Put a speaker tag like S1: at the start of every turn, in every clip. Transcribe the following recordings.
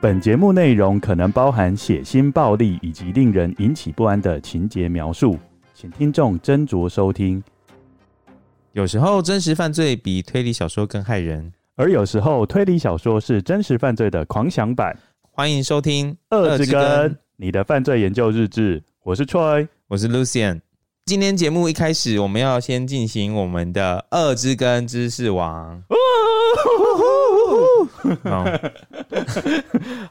S1: 本节目内容可能包含血腥、暴力以及令人引起不安的情节描述，请听众斟酌收听。
S2: 有时候真实犯罪比推理小说更害人。
S1: 而有时候，推理小说是真实犯罪的狂想版。
S2: 欢迎收听《
S1: 二之根，你的犯罪研究日志，我是 Troy。
S2: 我是 Lucian。今天节目一开始，我们要先进行我们的二之根知识王。哦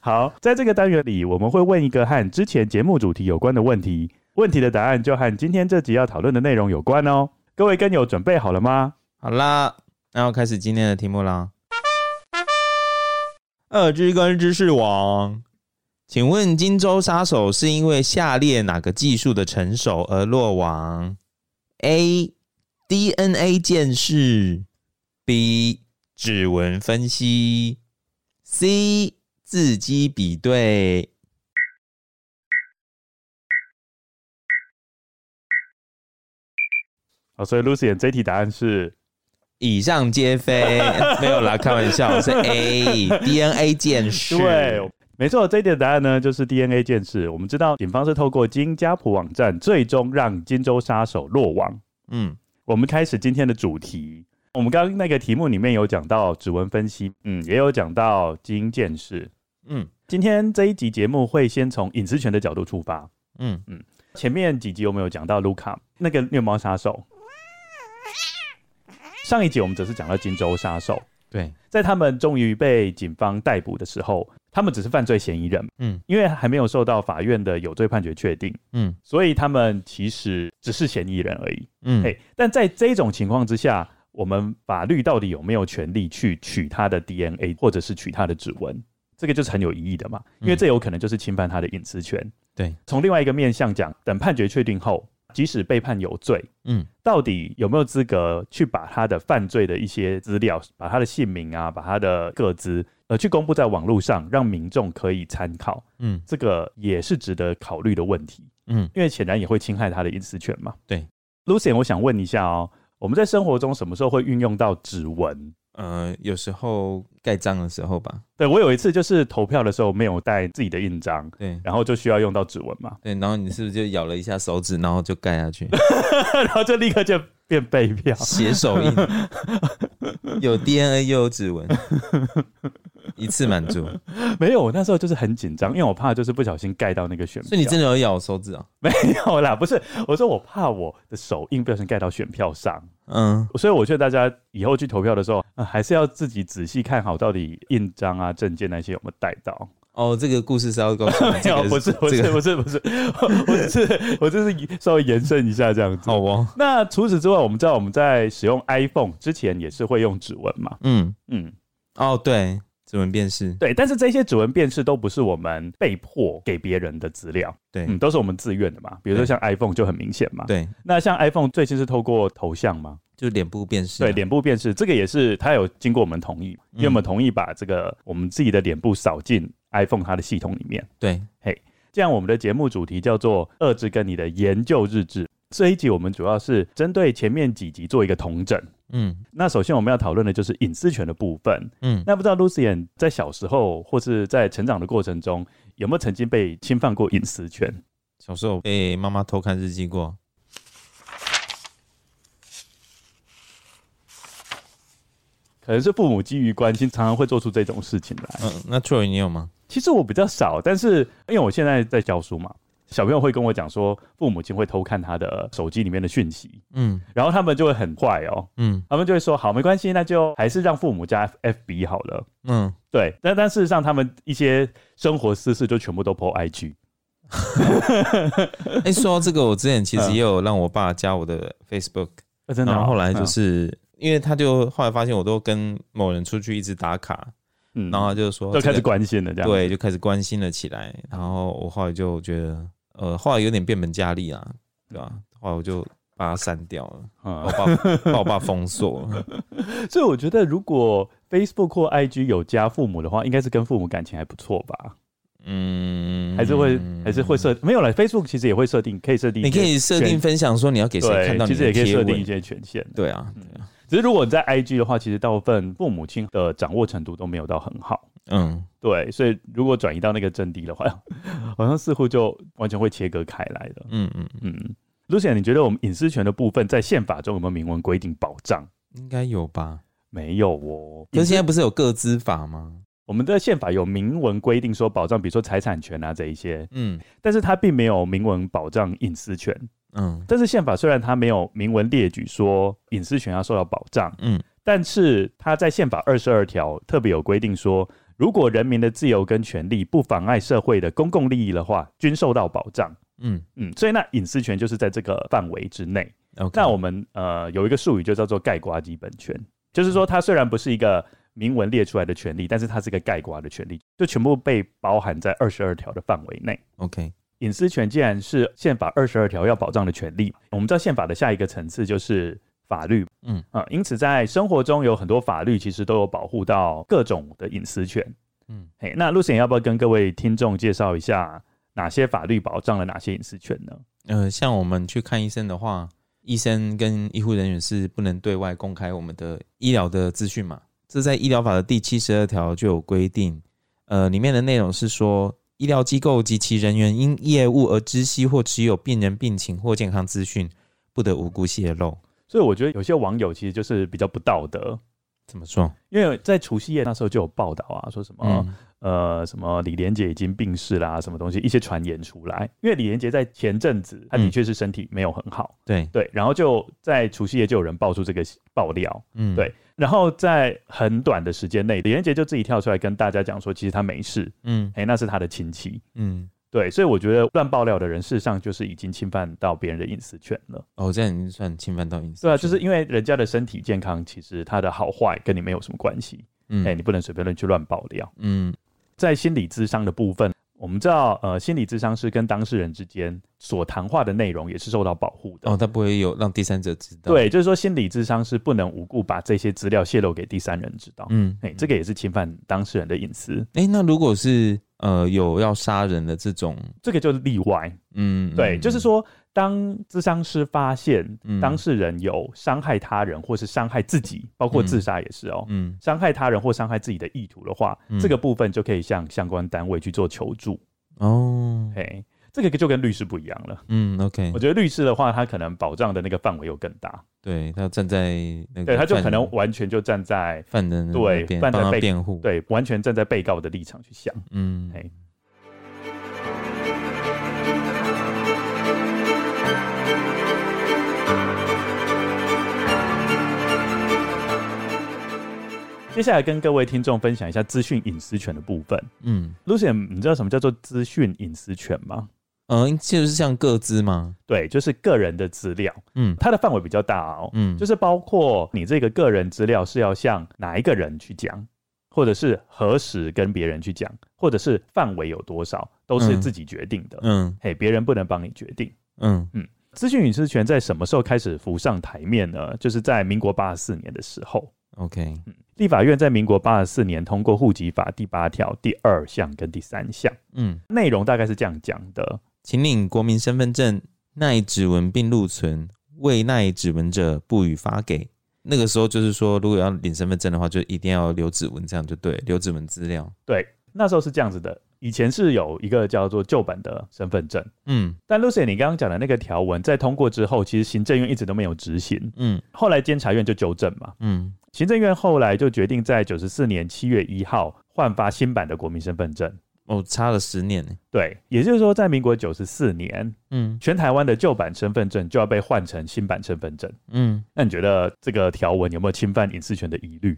S1: 好，在这个单元里，我们会问一个和之前节目主题有关的问题，问题的答案就和今天这集要讨论的内容有关哦。各位跟友准备好了吗？
S2: 好啦，那要开始今天的题目啦。二之根知识王，请问荆州杀手是因为下列哪个技术的成熟而落网？A. DNA 鉴识，B. 指纹分析，C. 字迹比对。
S1: 好，哦所以 Lucian 这一题答案是
S2: 以上皆非， 没有啦，开玩笑，是 A DNA 鉴识。
S1: 对，没错，这一题的答案呢就是 DNA 鉴识。我们知道警方是透过金家谱网站，最终让荆州杀手落网。
S2: 嗯，
S1: 我们开始今天的主题。我们刚刚那个题目里面有讲到指纹分析，嗯，也有讲到基因鉴识。
S2: 嗯
S1: 今天这一集节目会先从隐私权的角度出发。
S2: 嗯，
S1: 前面几集我们有讲到卢卡那个虐猫杀手，上一集我们则是讲到荆州杀手，
S2: 对，
S1: 在他们终于被警方逮捕的时候，他们只是犯罪嫌疑人，
S2: 嗯
S1: 因为还没有受到法院的有罪判决确定，
S2: 嗯
S1: 所以他们其实只是嫌疑人而已。
S2: 嗯，
S1: 哎、但在这种情况之下，我们法律到底有没有权利去取他的 DNA 或者是取他的指纹？这个就是很有疑义的嘛，因为
S2: 嗯
S1: 这有可能就是侵犯他的隐私权。
S2: 对，
S1: 从另外一个面向讲，等判决确定后，即使被判有罪，
S2: 嗯
S1: 到底有没有资格去把他的犯罪的一些资料，把他的姓名啊，把他的个资，呃，去公布在网络上，让民众可以参考？
S2: 嗯
S1: 这个也是值得考虑的问题。
S2: 嗯，
S1: 因为显然也会侵害他的隐私权嘛。
S2: 对
S1: ，Lucian，我想问一下哦，我们在生活中什么时候会运用到指纹？
S2: 呃，有时候盖章的时候吧，
S1: 对我有一次就是投票的时候没有带自己的印章，
S2: 对
S1: 然后就需要用到指纹嘛，
S2: 对，然后你是不是就咬了一下手指，然后就盖下 去，
S1: 然后就立刻就变废 票。
S2: 血手印，有 DNA 又有指纹，一次满 足，
S1: 没有，我那时候就是很紧张，因为我怕就是不小心盖到那个选票。
S2: 所以你真的有咬手指啊？
S1: 没有啦？ 不是，我说我怕我的手印不小心盖到选票上，
S2: 嗯，
S1: 所以我劝大家以后去投票的时候，呃还是要自己仔细看好到底印章啊、证件那些有没有带到。
S2: 哦，这个故事是要告诉我们
S1: 没
S2: 这
S1: 有，
S2: 个，
S1: 哦不是，不
S2: 这
S1: 是，
S2: 个
S1: 不是，不是，我我只是我只是稍微延伸一下这样子。
S2: 好哦，
S1: 那除此之外，我们知道我们在使用 iPhone 之前也是会用指纹嘛？
S2: 嗯。
S1: 嗯，
S2: 哦，对，指纹辨识，
S1: 对。但是这些指纹辨识都不是我们被迫给别人的资料，
S2: 对、
S1: 嗯，都是我们自愿的嘛。比如说
S2: 对
S1: 像 iPhone 就很明显嘛。
S2: 对，
S1: 那像 iPhone 最近是透过头像嘛？
S2: 就脸部辨识啊、嗯
S1: 对，脸部辨识这个也是它有经过我们同意，因为我们同意把这个我们自己的脸部扫进 iPhone 它的系统里面。
S2: 对，
S1: 这样，我们的节目主题叫做“遏制跟你的研究日志”。这一集我们主要是针对前面几集做一个统整。
S2: 嗯
S1: 那首先我们要讨论的就是隐私权的部分。
S2: 嗯，
S1: 那不知道 Lucian 在小时候或是在成长的过程中，有没有曾经被侵犯过隐私权？
S2: 小时候被妈妈偷看日记过，
S1: 可能是父母基于关心，常常会做出这种事情来。
S2: 嗯、那 Troy 你有吗？
S1: 其实我比较少，但是因为我现在在教书嘛，小朋友会跟我讲说，父母亲会偷看他的手机里面的讯息，
S2: 嗯
S1: 然后他们就会很坏哦，
S2: 嗯
S1: 他们就会说好，没关系，那就还是让父母加 F B 好了。
S2: 嗯，
S1: 对，但但事实上，他们一些生活私事就全部都 PO IG。
S2: 哎、说到这个，我之前其实
S1: 嗯
S2: 也有让我爸加我的 Facebook，、
S1: 啊、真的哦、
S2: 然后后来就
S1: 嗯
S2: 是。因为他就后来发现我都跟某人出去一直打卡，
S1: 嗯
S2: 然后他就说、
S1: 就
S2: 这
S1: 开
S2: 个
S1: 始关心了，这样
S2: 对，就开始关心了起来。然后我后来就觉得，呃，后来有点变本加厉啊，对吧、后来我就把它删掉了，把
S1: 嗯
S2: 我爸把我爸封锁了。
S1: 所以我觉得，如果 Facebook 或 IG 有加父母的话，应该是跟父母感情还不错吧？
S2: 嗯
S1: 还是会还是会设没有了Facebook 其实也会设定，可以设定一些，
S2: 你可以设定分享说你要给谁看到
S1: 对，其
S2: 你的
S1: 实也可以
S2: 贴
S1: 设
S2: 文
S1: 定一些权限。
S2: 对啊，
S1: 只是如果你在 IG 的话，其实大部分父母亲的掌握程度都没有到很好。
S2: 嗯，
S1: 对，所以如果转移到那个阵地的话，好像似乎就完全会切割开来了。
S2: 嗯嗯，
S1: 嗯，Lucia，你觉得我们隐私权的部分在宪法中有没有明文规定保障？
S2: 应该有吧？
S1: 没有哦。
S2: 可
S1: 隐
S2: 是现
S1: 私
S2: 在不是有各资法吗？
S1: 我们的宪法有明文规定说保障，比如说财产权啊这一些，
S2: 嗯
S1: 但是它并没有明文保障隐私权。
S2: 嗯
S1: 但是宪法虽然它没有明文列举说隐私权要受到保障，
S2: 嗯
S1: 但是它在宪法二十二条特别有规定说，如果人民的自由跟权利不妨碍社会的公共利益的话，均受到保障。
S2: 嗯
S1: 嗯，所以那隐私权就是在这个范围之内。
S2: ，OK，
S1: 那我们呃有一个术语就叫做盖瓜基本权，就是说它虽然不是一个明文列出来的权利，但是它是一个盖瓜的权利，就全部被包含在二十二条的范围内。
S2: OK，
S1: 隐私权既然是宪法二十二条要保障的权利，我们知道宪法的下一个层次就是法律，
S2: 嗯
S1: 啊、因此在生活中有很多法律其实都有保护到各种的隐私权。
S2: 嗯
S1: 嘿，那 Lucy 要不要跟各位听众介绍一下哪些法律保障了哪些隐私权呢？
S2: 呃，像我们去看医生的话，医生跟医护人员是不能对外公开我们的医疗的资讯嘛？这在医疗法的第七十二条就有规定，呃，里面的内容是说，医疗机构及其人员因业务而知悉或持有病人病情或健康资讯，不得无故泄露。
S1: 所以我觉得有些网友其实就是比较不道德，
S2: 怎么说？
S1: 因为在除夕夜那时候就有报道啊，说什么、
S2: 嗯
S1: 呃，什么李连杰已经病逝啦，什么东西，一些传言出来。因为李连杰在前阵子，他的确是身体没有很好，
S2: 对，
S1: 对，然后就在除夕夜就有人爆出这个爆料，
S2: 嗯，
S1: 对然后在很短的时间内，李连杰就自己跳出来跟大家讲说，其实他没事，
S2: 嗯
S1: 哎、那是他的亲戚，
S2: 嗯，
S1: 对，所以我觉得乱爆料的人，事实上就是已经侵犯到别人的隐私权了，
S2: 哦，这样已经算侵犯到隐私权
S1: 对
S2: 了。
S1: 啊，就是因为人家的身体健康，其实他的好坏跟你没有什么关系，
S2: 嗯
S1: 哎、你不能随便乱去乱爆料。
S2: 嗯
S1: 在心理咨商的部分，我们知道，呃，心理咨商是跟当事人之间所谈话的内容也是受到保护的。
S2: 哦，他不会有让第三者知道。，
S1: 对，就是说心理咨商是不能无故把这些资料泄露给第三人知道。
S2: 嗯，
S1: 哎、这个也是侵犯当事人的隐私，
S2: 哎、那如果是呃有要杀人的这种，
S1: 这个就是例外。
S2: 嗯，
S1: 对，
S2: 嗯
S1: 就是，说，当咨商师发现
S2: 嗯
S1: 当事人有伤害他人或是伤害自己，包括自杀也是哦。
S2: 嗯
S1: 伤害他人或伤害自己的意图的话，
S2: 嗯
S1: 这个部分就可以向相关单位去做求助。
S2: 哦，
S1: 嘿，这个就跟律师不一样了。
S2: 嗯，OK，
S1: 我觉得律师的话，他可能保障的那个范围又更大，
S2: 对他站在那个犯人，
S1: 对，他就可能完全就站在
S2: 犯人的
S1: 对
S2: 那边
S1: 犯人
S2: 帮他
S1: 被
S2: 辩护，，
S1: 对完全站在被告的立场去想。
S2: 嗯，
S1: 哎接下来跟各位听众分享一下资讯隐私权的部分。
S2: 嗯，
S1: Lucian，你知道什么叫做资讯隐私权吗？
S2: 呃，就是像各自嘛，
S1: 对，就是个人的资料，
S2: 嗯
S1: 它的范围比较大哦，
S2: 嗯，
S1: 就是是包括你这个个人资料是要向哪一个人去讲，或者是何时跟别人去讲，或者是范围有多少，都是
S2: 嗯
S1: 自己决定的。
S2: 嗯
S1: 嘿，别人不能帮你决定。
S2: 嗯
S1: 资讯隐私权在什么时候开始浮上台面呢？就是在民国八十四年的时候，
S2: ，OK，
S1: 立法院在民国八十四年通过户籍法第八条第二项跟第三项，
S2: 嗯，
S1: 内容大概是这样讲的：
S2: 请领国民身份证，耐指纹并录存，未耐指纹者不予发给。那个时候就是说，如果要领身份证的话，就一定要留指纹，这样就对，留指纹资料。
S1: 对，那时候是这样子的。以前是有一个叫做旧版的身份证，
S2: 嗯
S1: 但 Lucy 你刚刚讲的那个条文在通过之后，其实行政院一直都没有执行，
S2: 嗯
S1: 后来监察院就纠正嘛，
S2: 嗯
S1: 行政院后来就决定在九十四年七月一号换发新版的国民身份证。
S2: 哦，差了十年呢。
S1: 对，也就是说，在民国九十四年，
S2: 嗯
S1: 全台湾的旧版身份证就要被换成新版身份证。
S2: 嗯，
S1: 那你觉得这个条文有没有侵犯隐私权的疑虑？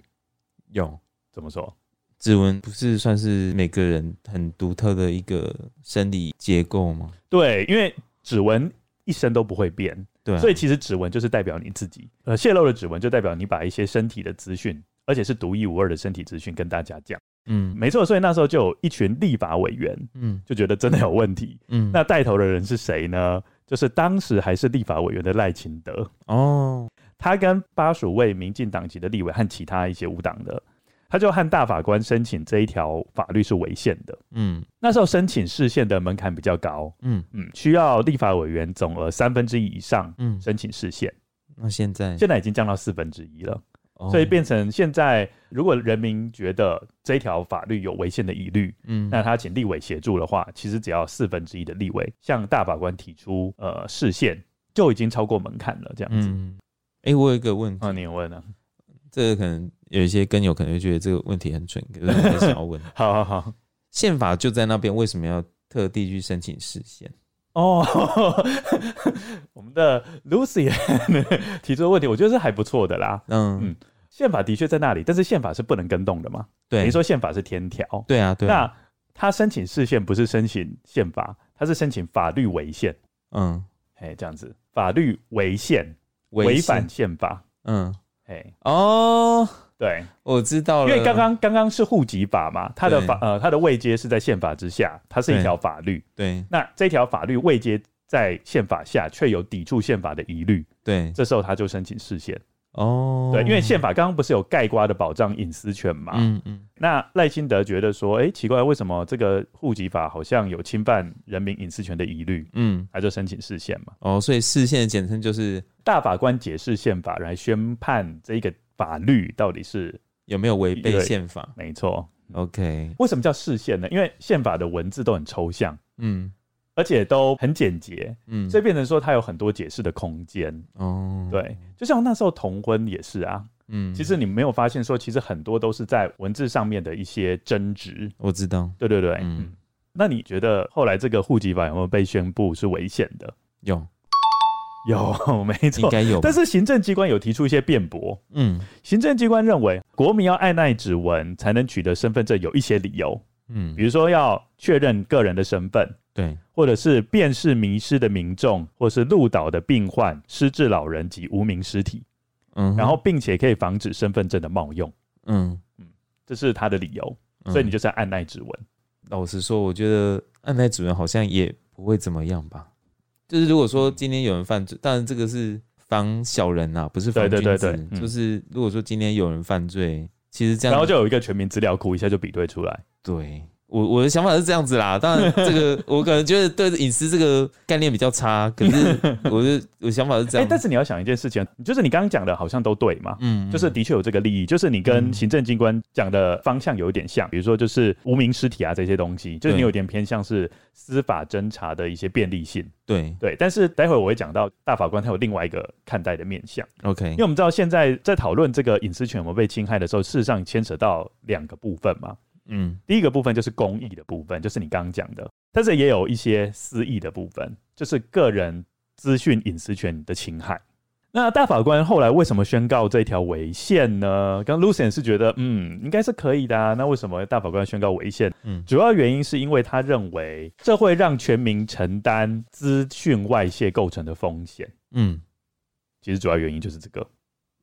S2: 有
S1: 怎么说？
S2: 指纹不是算是每个人很独特的一个生理结构吗？
S1: 对，因为指纹一生都不会变，
S2: 对啊、
S1: 所以其实指纹就是代表你自己。呃，泄露了指纹就代表你把一些身体的资讯，而且是独一无二的身体资讯跟大家讲。
S2: 嗯
S1: 没错，所以那时候就有一群立法委员
S2: 嗯
S1: 就觉得真的有问题。
S2: 嗯，
S1: 那带头的人是谁呢？就是当时还是立法委员的赖清德。
S2: 哦
S1: 他跟八十位民进党籍的立委和其他一些无党的他就和大法官申请这一条法律是违宪的。
S2: 嗯
S1: 那时候申请释宪的门槛比较高，
S2: 嗯
S1: 嗯，需要立法委员总额三分之一以上
S2: 嗯，
S1: 申请释宪，
S2: 那现在
S1: 现在已经降到四分之一了。
S2: 哦
S1: 所以变成现在，如果人民觉得这条法律有违宪的疑虑，
S2: 嗯
S1: 那他请立委协助的话，其实只要四分之一的立委向大法官提出呃释宪，就已经超过门槛了。这样子，
S2: 嗯，哎、我有一个问题，
S1: 啊，你有问呢？
S2: 这个可能有一些跟友可能会觉得这个问题很蠢，可是我还是想要 问，
S1: 好好好，
S2: 宪法就在那边，为什么要特地去申请释宪？
S1: 哦， 我们的 Lucy 提出的问题，我觉得是还不错的啦。
S2: 嗯，
S1: 嗯宪法的确在那里，但是宪法是不能跟动的嘛？
S2: 对，
S1: 你说宪法是天条，
S2: 对啊，对啊，
S1: 那他申请释宪不是申请宪法，他是申请法律违宪。
S2: 嗯，
S1: 哎，这样子，法律违宪，
S2: 违
S1: 违
S2: 宪
S1: 反，宪法。
S2: 嗯，
S1: 哎，
S2: 哦，
S1: 对，
S2: 我知道
S1: 因
S2: 了，
S1: 为刚刚刚刚是户籍法嘛，它的
S2: 对
S1: 法呃它的位阶是在宪法之下，它是一条法律。
S2: 对
S1: 那这条法律位阶在宪法下，却有抵触宪法的疑虑，
S2: 对
S1: 这时候他就申请释宪。
S2: 哦，
S1: 对，因为宪法刚刚不是有盖瓜的保障隐私权嘛？
S2: 嗯嗯
S1: 那赖清德觉得说，哎、奇怪，为什么这个户籍法好像有侵犯人民隐私权的疑虑？
S2: 嗯，
S1: 他就申请释宪嘛。
S2: 哦，所以释宪的简称就是
S1: 大法官解释宪法来宣判这一个法律到底是
S2: 有没有违背
S1: 对
S2: 宪法
S1: 没错。
S2: ？OK，
S1: 为什么叫释宪呢？因为宪法的文字都很抽象，
S2: 嗯
S1: 而且都很简洁，
S2: 嗯，
S1: 所以变成说它有很多解释的空间。
S2: 哦，
S1: 对，就像那时候同婚也是啊，
S2: 嗯，
S1: 其实你没有发现说，其实很多都是在文字上面的一些争执。
S2: 我知道
S1: 对对对，
S2: 嗯
S1: 嗯。那你觉得后来这个户籍法有没有被宣布是违宪的？
S2: 有，
S1: 有， 没
S2: 应
S1: 错。
S2: 该有吧，
S1: 但是行政机关有提出一些辩驳，
S2: 嗯
S1: 行政机关认为，国民要按捺指纹才能取得身份证，有一些理由，
S2: 嗯
S1: 比，如说要确认个人的身份，
S2: 对，
S1: 或者是辨识迷失的民众，或是鹿岛的病患、失智老人及无名尸体，
S2: 嗯，
S1: 然后并且可以防止身份证的冒用，
S2: 嗯，
S1: 这是他的理由。所以你就
S2: 就
S1: 是按捺指纹，
S2: 老实说，我觉得按耐主任好像也不会怎么样吧。就是如果说今天有人犯罪，当然这个是防小人呐、不是防君
S1: 对
S2: 子。
S1: 对对对嗯
S2: 就是如果说今天有人犯罪，其实这样，
S1: 然后就有一个全民资料库，一下就比对出来。
S2: 对我我的想法是这样子啦。当然，这个我可能觉得对隐私这个概念比较差，可 是我的我想法是这
S1: 哎、
S2: 样。
S1: 但是你要想一件事情，就是你刚刚讲的，好像都对嘛。
S2: 嗯，嗯
S1: 就是的确有这个利益，就是你跟
S2: 嗯
S1: 行政机关讲的方向有一点像，比如说就是无名尸体啊这些东西，就是你
S2: 对
S1: 有点偏向是司法侦查的一些便利性，
S2: 对
S1: 对。但是待会我会讲到大法官他有另外一个看待的面向，
S2: ，OK，
S1: 因为我们知道现在在讨论这个隐私权有没有被侵害的时候，事实上牵扯到两个部分嘛。
S2: 嗯
S1: 第一个部分就是公益的部分，就是你刚刚讲的，但是也有一些私益的部分，就是个人资讯隐私权的侵害。那大法官后来为什么宣告这条违宪呢？刚 Lucian 是觉得，嗯，应该是可以的啊。那为什么大法官宣告违宪？
S2: 嗯
S1: 主要原因是因为他认为这会让全民承担资讯外泄构成的风险。
S2: 嗯，
S1: 其实主要原因就是这个，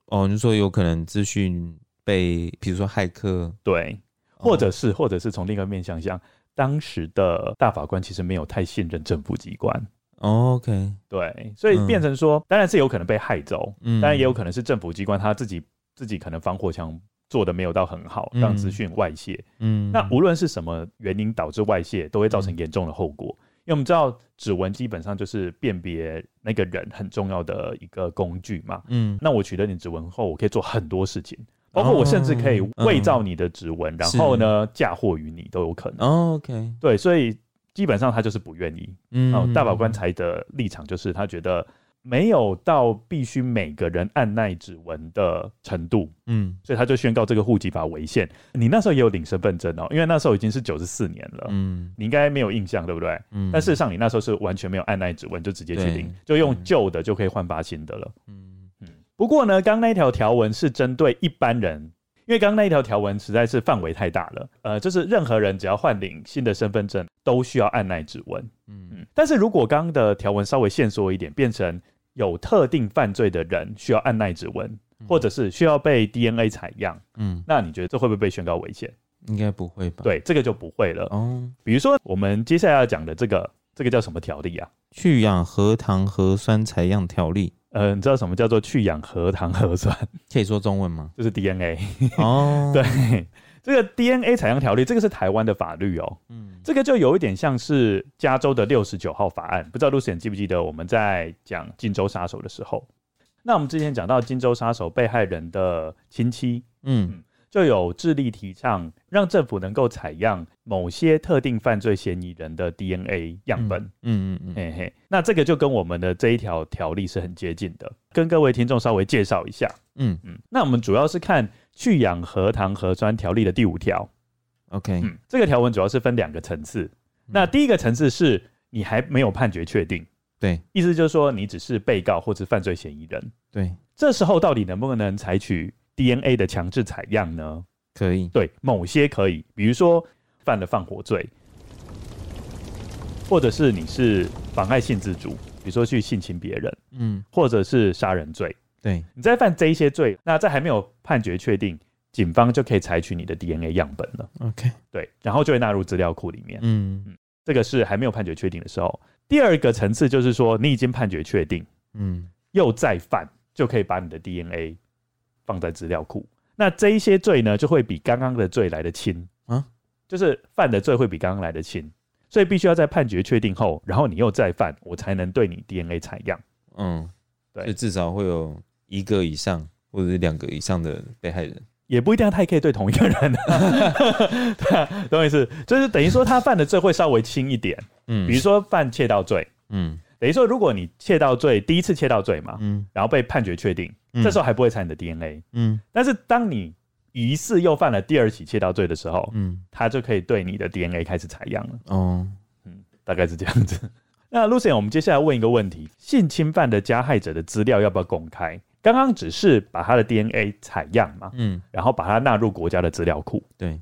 S2: 哦，你说有可能资讯被，比如说骇客，
S1: 对，
S2: 哦
S1: 或者是或者是从另一个面向想，当时的大法官其实没有太信任政府机关。
S2: 哦、OK，
S1: 对，所以
S2: 嗯
S1: 变成说，当然是有可能被害走，
S2: 嗯，
S1: 当然也有可能是政府机关他自己自己可能防火墙做的没有到很好，
S2: 嗯
S1: 让资讯外泄。
S2: 嗯，
S1: 那无论是什么原因导致外泄，都会造成严重的后果。因为我们知道指纹基本上就是辨别那个人很重要的一个工具嘛。
S2: 嗯，
S1: 那我取得你指纹后，我可以做很多事情，包括我甚至可以
S2: 哦
S1: 伪造你的指纹，然后呢嫁祸于你都有可能。
S2: 哦，OK，
S1: 对，所以基本上他就是不愿意。
S2: 嗯，
S1: 哦，大法官裁的立场就是他觉得没有到必须每个人按耐指纹的程度，
S2: 嗯
S1: 所以他就宣告这个户籍法违宪。你那时候也有领身份证哦，因为那时候已经是九十四年了。
S2: 嗯
S1: 你应该没有印象，对不对？
S2: 嗯，
S1: 哦但事实上，你那时候是完全没有按耐指纹，就直接去
S2: 对
S1: 领，就用
S2: 嗯
S1: 旧的就可以换发新的了。
S2: 嗯
S1: 不过呢，刚那一条条文是针对一般人，因为刚那一条条文实在是范围太大了。呃，就是任何人只要换领新的身份证，都需要按耐指纹。
S2: 嗯
S1: 嗯，但是如果刚刚的条文稍微限缩一点，变成有特定犯罪的人需要按耐指纹，或者是需要被 DNA 采样，
S2: 嗯，
S1: 那你觉得这会不会被宣告违宪？
S2: 应该不会吧？，
S1: 对，这个就不会了。
S2: 哦，
S1: 比如说我们接下来要讲的这个，这个叫什么条例啊？
S2: 去氧核糖核酸采样条例，
S1: 呃，你知道什么叫做去氧核糖核酸？
S2: 可以说中文吗？
S1: 就是 DNA。
S2: 哦，
S1: 对，，这个 DNA 采样条例，这个是台湾的法律哦。
S2: 嗯，
S1: 这个就有一点像是加州的六十九号法案，不知道 Lucy 你记不记得我们在讲《荆州杀手》的时候，那我们之前讲到《荆州杀手》被害人的亲戚
S2: 嗯
S1: 就有致力提倡让政府能够采样某些特定犯罪嫌疑人的 DNA 样本。，哎
S2: 嗯嗯嗯，
S1: 嘿嘿，那这个就跟我们的这一条条例是很接近的，跟各位听众稍微介绍一下。
S2: 嗯
S1: 嗯，那我们主要是看去氧核糖核酸条例的第五条。
S2: ，OK，
S1: 嗯，这个条文主要是分两个层次。那第一个层次是你还没有判决确定，
S2: 对
S1: 意思就是说你只是被告或是犯罪嫌疑人。
S2: 对，
S1: 这时候到底能不能采取 DNA 的强制采样呢？
S2: 可以，
S1: 对，某些可以，比如说犯了放火罪，或者是你是妨碍性自主，比如说去性侵别人，
S2: 嗯，
S1: 或者是杀人罪。
S2: 对，
S1: 你在犯这一些罪，那在还没有判决确定，警方就可以采取你的 DNA 样本了。
S2: OK
S1: 对，然后就会纳入资料库里面。
S2: 嗯
S1: 这个是还没有判决确定的时候。第二个层次就是说，你已经判决确定，
S2: 嗯
S1: 又再犯，就可以把你的 DNA 放在资料库。那这一些罪呢，就会比刚刚的罪来的轻
S2: 啊，
S1: 就是犯的罪会比刚刚来的轻，所以必须要在判决确定后，然后你又再犯，我才能对你 DNA 采样。
S2: 嗯，
S1: 对
S2: 就至少会有一个以上或者是两个以上的被害人，
S1: 也不一定要太可以对同一个人、 对、啊，懂我意思？就是等于说他犯的罪会稍微轻一点，
S2: 嗯
S1: 比如说犯窃盗罪，
S2: 嗯
S1: 等于说如果你窃盗罪第一次窃盗罪嘛，
S2: 嗯，
S1: 然后被判决确定，
S2: 嗯
S1: 这时候还不会采你的 DNA。
S2: 嗯
S1: 但是当你疑似又犯了第二起窃盗罪的时候，
S2: 嗯
S1: 他就可以对你的 DNA 开始采样了。
S2: 哦，
S1: 大概是这样子。 那 Lucian，我们接下来问一个问题：性侵犯的加害者的资料要不要公开？刚刚只是把他的 DNA 采样嘛，
S2: 嗯
S1: 然后把它纳入国家的资料库。
S2: 对，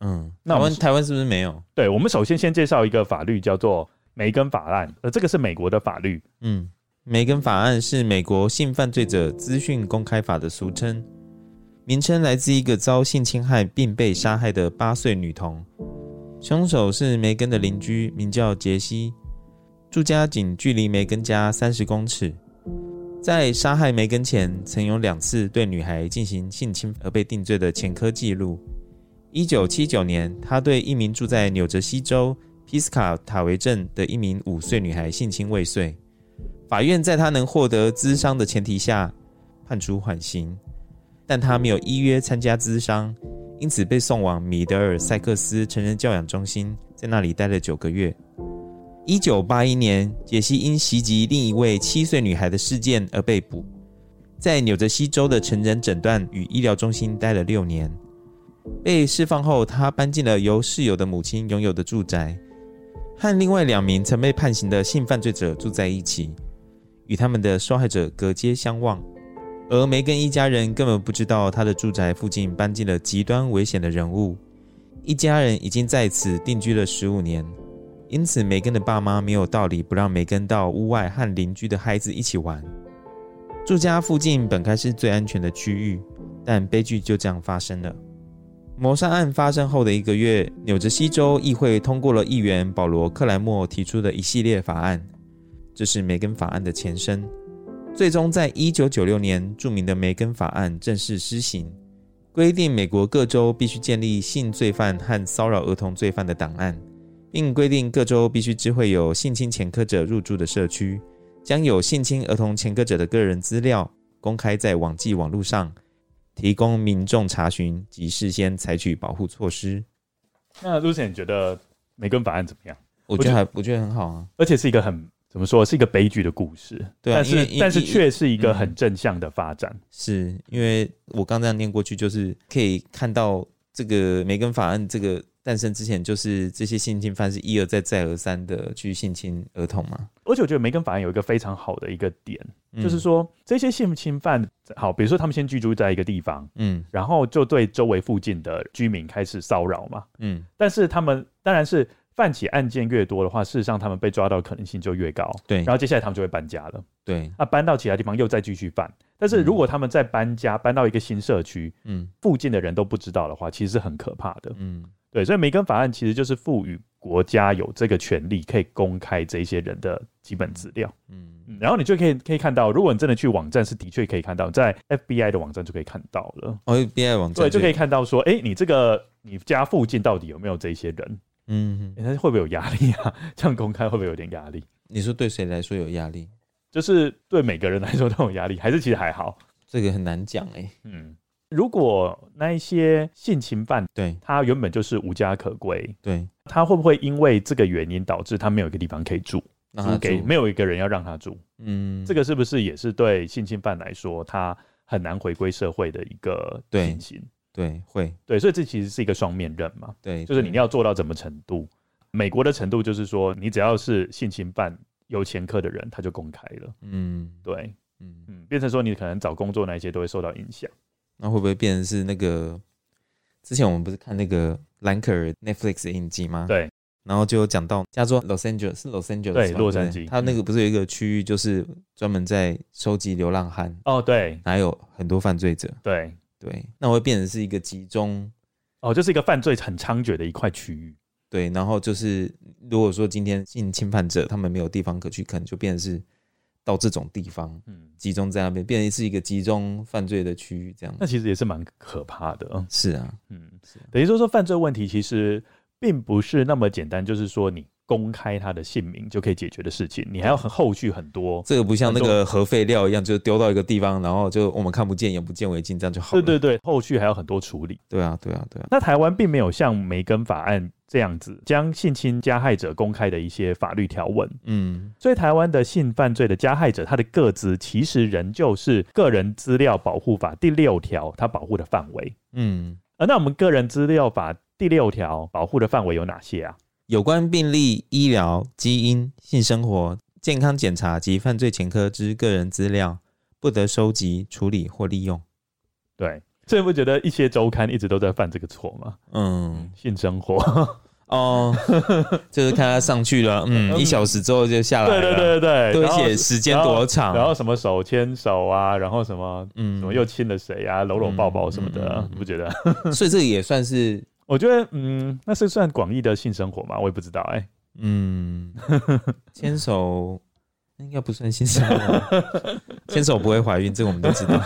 S2: 嗯，
S1: 那
S2: 台
S1: 我们
S2: 湾台湾是不是没有？
S1: 对，我们首先先介绍一个法律，叫做梅根法案。呃，这个是美国的法律，
S2: 嗯，梅根法案是美国性犯罪者资讯公开法的俗称，名称来自一个遭性侵害并被杀害的八岁女童，凶手是梅根的邻居，名叫杰西，住家仅距离梅根家三十公尺。在杀害梅根前，曾有两次对女孩进行性侵而被定罪的前科记录。一九七九年，他对一名住在纽泽西州皮斯卡塔维镇的一名五岁女孩性侵未遂。法院在他能获得资商的前提下判处缓刑，但他没有依约参加资商，因此被送往米德尔塞克斯成人教养中心，在那里待了九个月。一九八一年，杰西因袭击另一位七岁女孩的事件而被捕，在纽泽西州的成人诊断与医疗中心待了六年。被释放后，他搬进了由室友的母亲拥有的住宅，和另外两名曾被判刑的性犯罪者住在一起。与他们的受害者隔街相望。而梅根一家人根本不知道他的住宅附近搬进了极端危险的人物，一家人已经在此定居了十五年，因此梅根的爸妈没有道理不让梅根到屋外和邻居的孩子一起玩。住家附近本该是最安全的区域，但悲剧就这样发生了。谋杀案发生后的一个月，纽泽西州议会通过了议员保罗·克莱默提出的一系列法案，这是梅根法案的前身。最终，在一九九六年，著名的梅根法案正式施行，规定美国各州必须建立性罪犯和骚扰儿童罪犯的档案，并规定各州必须知会有性侵前科者入住的社区，将有性侵儿童前科者的个人资料公开在网际网络上，提供民众查询及事先采取保护措施。
S1: 那 Lucian 你觉得梅根法案怎么样？
S2: 我觉得还我觉得很好啊，
S1: 而且是一个很怎么说，是一个悲剧的故事，
S2: 对啊
S1: 但
S2: 因为
S1: 是
S2: 因
S1: 但是
S2: 因
S1: 却是一个
S2: 嗯
S1: 很正向的发展。
S2: 是因为我刚这样念过去，就是可以看到这个梅根法案这个诞生之前，就是这些性侵犯是一而再、再而三的去性侵儿童嘛。
S1: 而且我觉得梅根法案有一个非常好的一个点，
S2: 嗯
S1: 就是，说这些性侵犯，好，比如说他们先居住在一个地方，
S2: 嗯
S1: 然后就对周围附近的居民开始骚扰嘛。
S2: 嗯，
S1: 但是他们当然是犯起案件越多的话，事实上他们被抓到的可能性就越高。
S2: 对
S1: 然后接下来他们就会搬家了，
S2: 对，
S1: 那、啊搬到其他地方又再继续犯。但是如果他们再搬家，搬到一个新社区，
S2: 嗯
S1: 附近的人都不知道的话，其实是很可怕的。
S2: 嗯
S1: 对，所以梅根法案其实就是赋予国家有这个权利可以公开这些人的基本资料。
S2: 嗯，
S1: 嗯然后你就可以可以看到，如果你真的去网站，是的确可以看到，在 FBI 的网站就可以看到了。
S2: 哦，FBI 网站
S1: 对，就可
S2: 以，
S1: 以看到说，哎、你这个你家附近到底有没有这些人？
S2: 嗯，
S1: 诶他会不会有压力啊？ 这样公开会不会有点压力？
S2: 你说对谁来说有压力？
S1: 就是对每个人来说都有压力，还是其实还好？
S2: 这个很难讲哎。
S1: 嗯，如果那一些性侵犯
S2: 对
S1: 他原本就是无家可归，
S2: 对，
S1: 他会不会因为这个原因导致他没有一个地方可以住，
S2: 那
S1: 租
S2: 他
S1: 给
S2: 啊住
S1: 没有一个人要让他住？
S2: 嗯，
S1: 这个是不是也是对性侵犯来说，他很难回归社会的一个
S2: 对
S1: 情形？
S2: 对会
S1: 对，所以这其实是一个双面刃嘛，
S2: 对，
S1: 就是
S2: 对
S1: 你要做到什么程度？美国的程度就是说，你只要是性侵犯有前科的人，他就公开了。
S2: 嗯
S1: 对，
S2: 嗯，
S1: 嗯，变成说你可能找工作那一些都会受到影响。
S2: 那会不会变成是那个？之前我们不是看那个兰可儿 Netflix 的影集吗？
S1: 对，
S2: 然后就有讲到加州 Los Angeles 是 Los Angeles
S1: 对
S2: 吧
S1: 洛
S2: 不
S1: 杉矶
S2: 它那个不是有一个区域就是专门在收集流浪汉，
S1: 哦，对
S2: 哪有很多犯罪者？
S1: 对，
S2: 对，那会变成是一个集中。
S1: 哦，就是一个犯罪很猖獗的一块区域。
S2: 对，然后就是如果说今天性侵犯者他们没有地方可去，可能就变成是到这种地方
S1: 嗯，
S2: 集中在那边，变成是一个集中犯罪的区域这样
S1: 那。其实也是蛮可怕的。嗯
S2: 是啊，
S1: 嗯
S2: 是啊，
S1: 等于说说犯罪问题其实并不是那么简单，就是说你公开他的姓名就可以解决的事情，你还要很后续很多。
S2: 这个不像那
S1: 很
S2: 个核废料一样，就丢到一个地方，然后就我们看不见眼不见为净，这样就好
S1: 对
S2: 了。
S1: 对对，后续还有很多处理。
S2: 对啊，对啊，对啊，
S1: 那台湾并没有像梅根法案这样子将性侵加害者公开的一些法律条文，
S2: 嗯，
S1: 所以台湾的性犯罪的加害者，他的个资其实仍旧是《个人资料保护法》第六条它保护的范围。
S2: 嗯，
S1: 呃，那我们《个人资料法》第六条保护的范围有哪些啊？
S2: 有关病例、医疗、基因、性生活、健康检查及犯罪前科之个人资料，不得收集、处理或利用。
S1: 对，所以不觉得一些周刊一直都在犯这个错吗？
S2: 嗯，
S1: 性生 活，
S2: 哦，就是看他上去了，嗯，
S1: 嗯
S2: 一小时之后就下来
S1: 对
S2: 了，
S1: 对对对
S2: 都
S1: 对，
S2: 会
S1: 然后
S2: 写时间多长，
S1: 然后什么手牵手啊，然后什么
S2: 嗯
S1: 什么又亲了谁啊，搂搂抱抱什么
S2: 嗯嗯
S1: 的，
S2: 嗯嗯
S1: 你不觉得？
S2: 所以这个也算是，
S1: 我觉得，嗯，那是算广义的性生活吗？我也不知道、哎，
S2: 嗯，牵手应该不算性生活，牵手不会怀孕，这个我们都知道。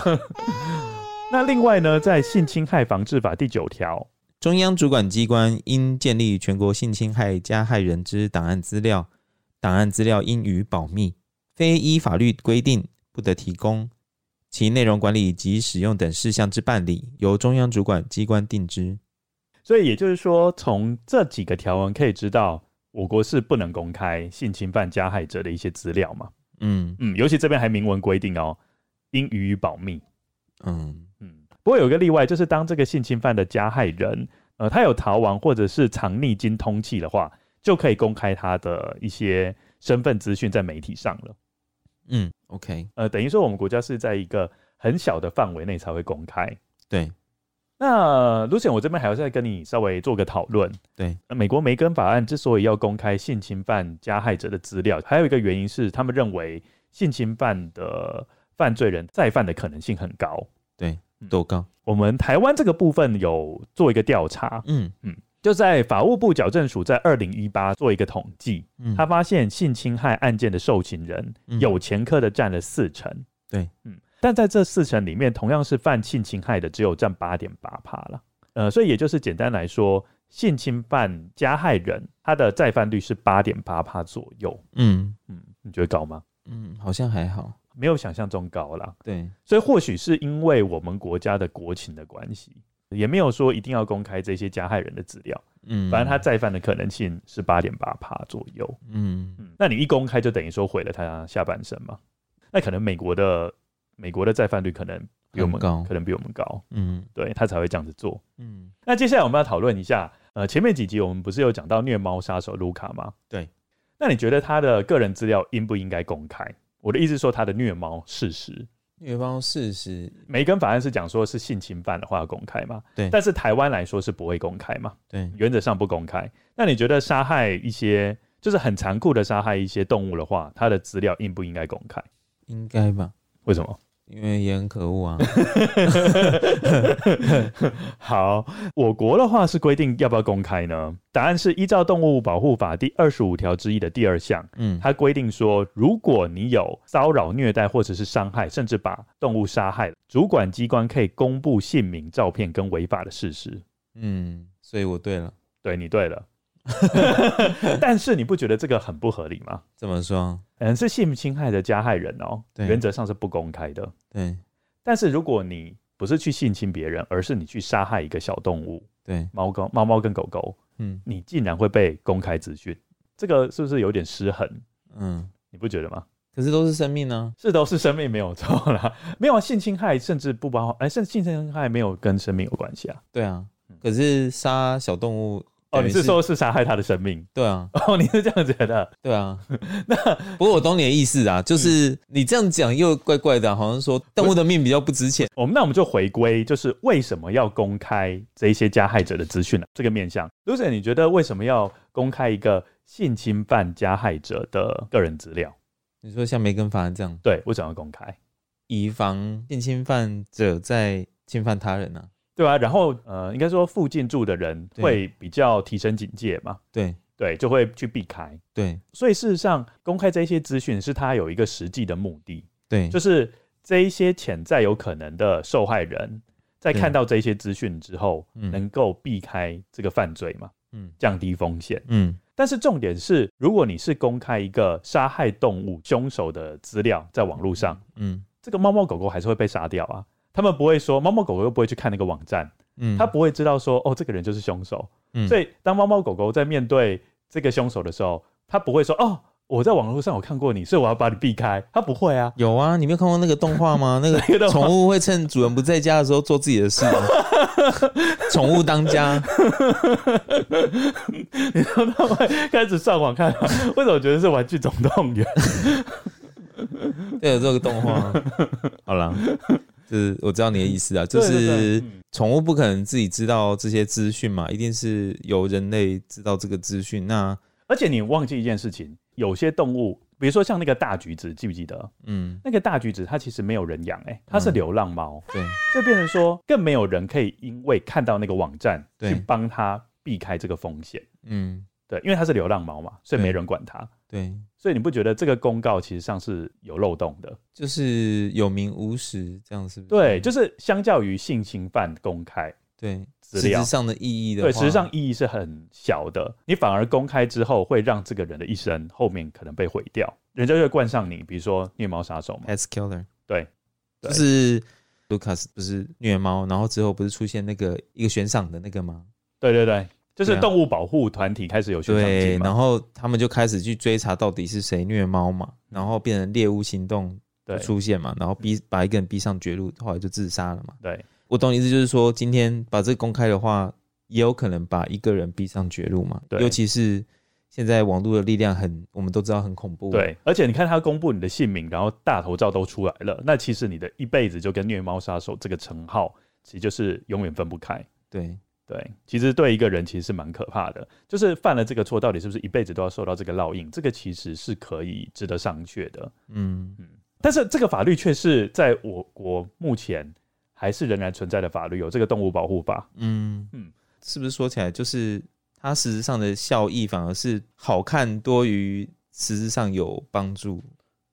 S1: 那另外呢，在《性侵害防治法》第九条，
S2: 中央主管机关应建立全国性侵害加害人之档案资料，档案资料应予保密，非依法律规定不得提供。其内容管理及使用等事项之办理，由中央主管机关定之。
S1: 所以也就是说，从这几个条文可以知道，我国是不能公开性侵犯加害者的一些资料嘛。
S2: 嗯
S1: 嗯，尤其这边还明文规定哦，应予以保密。
S2: 嗯
S1: 嗯，不过有个例外，就是当这个性侵犯的加害人，呃，他有逃亡或者是藏匿经通气的话，就可以公开他的一些身份资讯在媒体上了。
S2: 嗯，OK，
S1: 呃，等于说我们国家是在一个很小的范围内才会公开。
S2: 对，
S1: 那 Lucian，我这边还要再跟你稍微做个讨论。
S2: 对
S1: 呃，美国梅根法案之所以要公开性侵犯加害者的资料，还有一个原因是他们认为性侵犯的犯罪人再犯的可能性很高。
S2: 多高？
S1: 我们台湾这个部分有做一个调查，
S2: 嗯
S1: 就在法务部矫正署在二零一八做一个统计，
S2: 嗯，
S1: 他发现性侵害案件的受刑人
S2: 嗯
S1: 有前科的占了四成。
S2: 对，
S1: 嗯，但在这四成里面，同样是犯性侵害的只有占八点八趴了。呃，所以也就是简单来说，性侵犯加害人他的再犯率是八点八趴左右。
S2: 嗯
S1: 嗯，你觉得高吗？
S2: 嗯，好像还好。
S1: 没有想象中高啦。
S2: 对，
S1: 所以或许是因为我们国家的国情的关系，也没有说一定要公开这些加害人的资料。
S2: 嗯，
S1: 反正他再犯的可能性是八点八趴左右。
S2: 嗯
S1: 嗯，那你一公开就等于说毁了他下半生嘛？那可能美国的美国的再犯率可能比我们
S2: 很高
S1: 可能比我们高，
S2: 嗯
S1: 对他才会这样子做。
S2: 嗯
S1: 那接下来我们要讨论一下，呃，前面几集我们不是有讲到虐猫杀手卢卡吗？
S2: 对，
S1: 那你觉得他的个人资料应不应该公开？我的意思是说他的虐猫事实，
S2: 虐猫事实，
S1: 梅根法案是讲说是性侵犯的话要公开嘛？
S2: 对
S1: 但是台湾来说是不会公开嘛？
S2: 对，
S1: 原则上不公开。那你觉得杀害一些就是很残酷的杀害一些动物的话，它的资料应不应该公开？
S2: 应该吧？
S1: 为什么？
S2: 因为也很可恶啊。
S1: 好，我国的话是规定要不要公开呢？答案是依照《动物保护法》第二十五条之一的第二项，
S2: 嗯，
S1: 它规定说，如果你有骚扰、虐待或者是伤害，甚至把动物杀害，主管机关可以公布姓名、照片跟违法的事实。
S2: 嗯，所以我对了，
S1: 对你对了， 但是你不觉得这个很不合理吗？
S2: 怎么说？
S1: 嗯，是性侵害的加害人哦，
S2: 对
S1: 原则上是不公开的。
S2: 对
S1: 但是如果你不是去性侵别人，而是你去杀害一个小动物，
S2: 对，
S1: 猫狗、猫猫跟狗狗，
S2: 嗯
S1: 你竟然会被公开资讯，这个是不是有点失衡？
S2: 嗯，
S1: 你不觉得吗？
S2: 可是都是生命啊呢、
S1: 是都是生命没有错啦， 没有啊性侵害，甚至不包含，哎，甚至性侵害没有跟生命有关系啊。
S2: 对啊
S1: 嗯，
S2: 可是杀小动物，
S1: 哦，
S2: 等于
S1: 你是说是杀害他的生命？
S2: 对啊，
S1: 哦，你是这样觉得？
S2: 对啊， 那不过我懂你的意思啊，就是你这样讲又怪怪的，啊好像说动物的命比较不值钱。
S1: 我哦们那我们就回归，就是为什么要公开这一些加害者的资讯呢？这个面向，Lucy，你觉得为什么要公开一个性侵犯加害者的个人资料？
S2: 你说像梅根法案这样，
S1: 对，为什么要公开？
S2: 以防性侵犯者在侵犯他人啊，
S1: 对啊，然后呃，应该说附近住的人
S2: 对
S1: 会比较提升警戒嘛，
S2: 对
S1: 对，就会去避开。
S2: 对
S1: 所以事实上，公开这些资讯是他有一个实际的目的，
S2: 对，
S1: 就是这一些潜在有可能的受害人，在
S2: 对
S1: 看到这些资讯之后，
S2: 嗯
S1: 能够避开这个犯罪嘛，
S2: 嗯
S1: 降低风险。
S2: 嗯
S1: 但是重点是，如果你是公开一个杀害动物凶手的资料在网络上，
S2: 嗯
S1: 这个猫猫狗狗还是会被杀掉啊。他们不会说猫猫狗狗又不会去看那个网站，
S2: 嗯，
S1: 他不会知道说哦，这个人就是凶手。
S2: 嗯
S1: 所以当猫猫狗狗在面对这个凶手的时候，他不会说哦，我在网络上有看过你，所以我要把你避开。他不会啊，
S2: 有啊，你没有看过那个动画吗？那
S1: 个
S2: 个
S1: 动画
S2: 宠物会趁主人不在家的时候做自己 的事啊，宠物当家。
S1: 他会开始上网看、 啊。为什么我觉得是《玩具总动员》？
S2: 对，有这个动 画。好了，就是我知道你的意思啊，就
S1: 对对
S2: 是
S1: 对嗯
S2: 宠物不可能自己知道这些资讯嘛，一定是由人类知道这个资讯。那
S1: 而且你忘记一件事情，有些动物，比如说像那个大橘子，记不记得？
S2: 嗯，
S1: 那个大橘子它其实没有人养，哎，它是
S2: 嗯
S1: 流浪猫，
S2: 对
S1: 所以变成说更没有人可以因为看到那个网站
S2: 对
S1: 去帮它避开这个风险。
S2: 嗯
S1: 对，因为它是流浪猫嘛，所以
S2: 对
S1: 没人管它。
S2: 对，
S1: 所以你不觉得这个公告其实上是有漏洞的？
S2: 就是有名无实，这样是不是？
S1: 对，就是相较于性侵犯公开，
S2: 对，
S1: 资
S2: 实
S1: 料
S2: 质上的意义的话，
S1: 对，实际上意义是很小的。你反而公开之后，会让这个人的一生后面可能被毁掉，人家就会冠上你，比如说虐猫杀手嘛。
S2: pets killer
S1: 对，对
S2: 就是 Lucas 不是虐猫，然后之后不是出现那个一个悬赏的那个吗？
S1: 对对对，就是
S2: 对啊
S1: 动物保护团体开始有悬赏
S2: 对，
S1: 金嘛。
S2: 然后他们就开始去追查到底是谁虐猫嘛，然后变成猎物行动
S1: 嗯对嗯
S2: 出现嘛，然后逼把一个人逼上绝路，后来就自杀了嘛。
S1: 对
S2: 我懂你意思，就是说今天把这个公开的话，也有可能把一个人逼上绝路嘛。
S1: 对
S2: 尤其是现在网络的力量很，我们都知道很恐怖。，
S1: 对，而且你看他公布你的姓名，然后大头照都出来了，那其实你的一辈子就跟虐猫杀手这个称号，其实就是永远分不开。
S2: 对，
S1: 对，其实对一个人其实是蛮可怕的，就是犯了这个错，到底是不是一辈子都要受到这个烙印？这个其实是可以值得商榷的。
S2: 嗯，
S1: 但是这个法律却是在我国目前还是仍然存在的法律，有这个动物保护法。
S2: 嗯
S1: 嗯
S2: 嗯，是不是说起来就是它实质上的效益反而是好看多于实质上有帮助？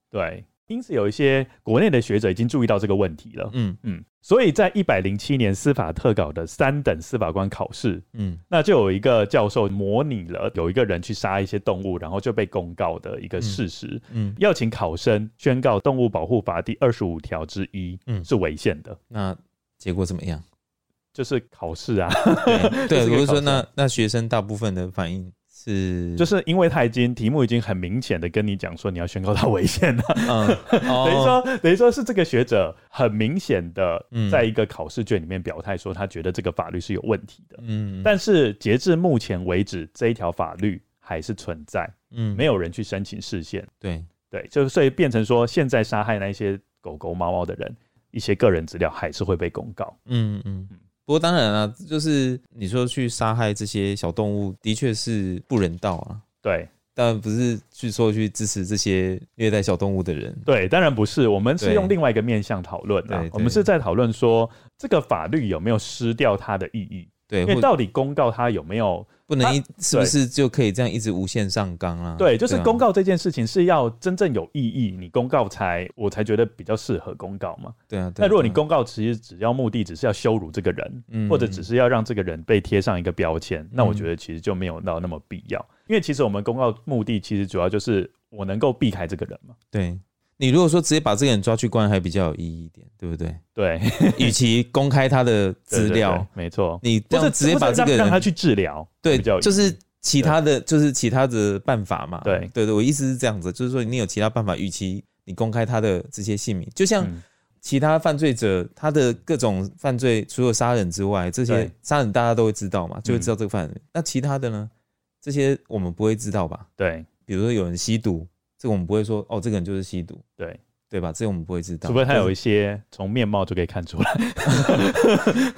S1: 对，因此有一些国内的学者已经注意到这个问题了。
S2: 嗯
S1: 嗯，所以在一百零七年司法特稿的三等司法官考试，
S2: 嗯
S1: 那就有一个教授模拟了有一个人去杀一些动物，然后就被公告的一个事实。
S2: 嗯，
S1: 要请考生宣告《动物保护法》第二十五条之一，
S2: 嗯
S1: 是违宪的，
S2: 那结果怎么 样？
S1: 就是考试啊，
S2: 嗯
S1: 这
S2: 对，对
S1: 是一个
S2: 我就
S1: 考
S2: 说
S1: 试
S2: 那那学生大部分的反应是
S1: 就是因为他已经题目已经很明显的跟你讲说你要宣告它违宪了，
S2: 嗯，
S1: 等于
S2: 哦，
S1: 说等于说是这个学者很明显的
S2: 嗯
S1: 在一个考试卷里面表态说他觉得这个法律是有问题的，
S2: 嗯，
S1: 但是截至目前为止，这一条法律还是存在，
S2: 嗯
S1: 没
S2: 有
S1: 有人去申请释宪，
S2: 对，
S1: 对，就所以变成说现在杀害那些狗狗猫猫的人，一些个人资料还是会被公告。
S2: 嗯嗯。不过当然了、就是你说去杀害这些小动物，的确是不人道啊。
S1: 对，
S2: 当然不是去说去支持这些虐待小动物的人。
S1: 对，当然不是，我们是
S2: 对
S1: 用另外一个面向讨论啊
S2: 对。
S1: 我们
S2: 对
S1: 是在讨论说，这个法律有没有失掉它的意义？
S2: 对，
S1: 因为
S2: 或
S1: 到底公告它有没有？
S2: 不能
S1: 他
S2: 一是不是就可以这样一直无限上纲啊？
S1: 对，就是
S2: 啊
S1: 公告这件事情是要真正有意义，你公告才我才觉得比较适合公告嘛。
S2: 对啊。对
S1: 那
S2: 啊
S1: 如果你
S2: 对啊
S1: 公告其实只要目的只是要羞辱这个人，
S2: 嗯
S1: 或者只是要让这个人被贴上一个标签，那我觉得其实就没有到那么必要。因为其实我们公告目的其实主要就是我能够避开这个人嘛。
S2: 对你如果说直接把这个人抓去关，还比较有意义一点，对不 对？
S1: 对，
S2: 与其公开他的
S1: 对
S2: 资
S1: 对
S2: 料，
S1: 对没错。
S2: 你
S1: 或
S2: 这
S1: 者
S2: 样直接把这
S1: 或者
S2: 个
S1: 让让他
S2: 人
S1: 去治疗，
S2: 对
S1: 比较有，意义
S2: 就是其他的就是其他的办法嘛。
S1: 对
S2: 对对，我意思是这样子，就是说你有其他办法，与其你公开他的这些姓名，就像
S1: 嗯
S2: 其他犯罪者他的各种犯罪，除了杀人之外，这些
S1: 对嗯
S2: 杀人大家都会知道嘛，就会知道这个犯人。那其他的呢？这些我们不会知道吧？
S1: 对
S2: 比如说有人吸毒，这个我们不会说哦，这个人就是吸毒，
S1: 对，
S2: 对吧？这个我们不会知道，
S1: 除非他
S2: 但是
S1: 有一些从面貌就可以看出来。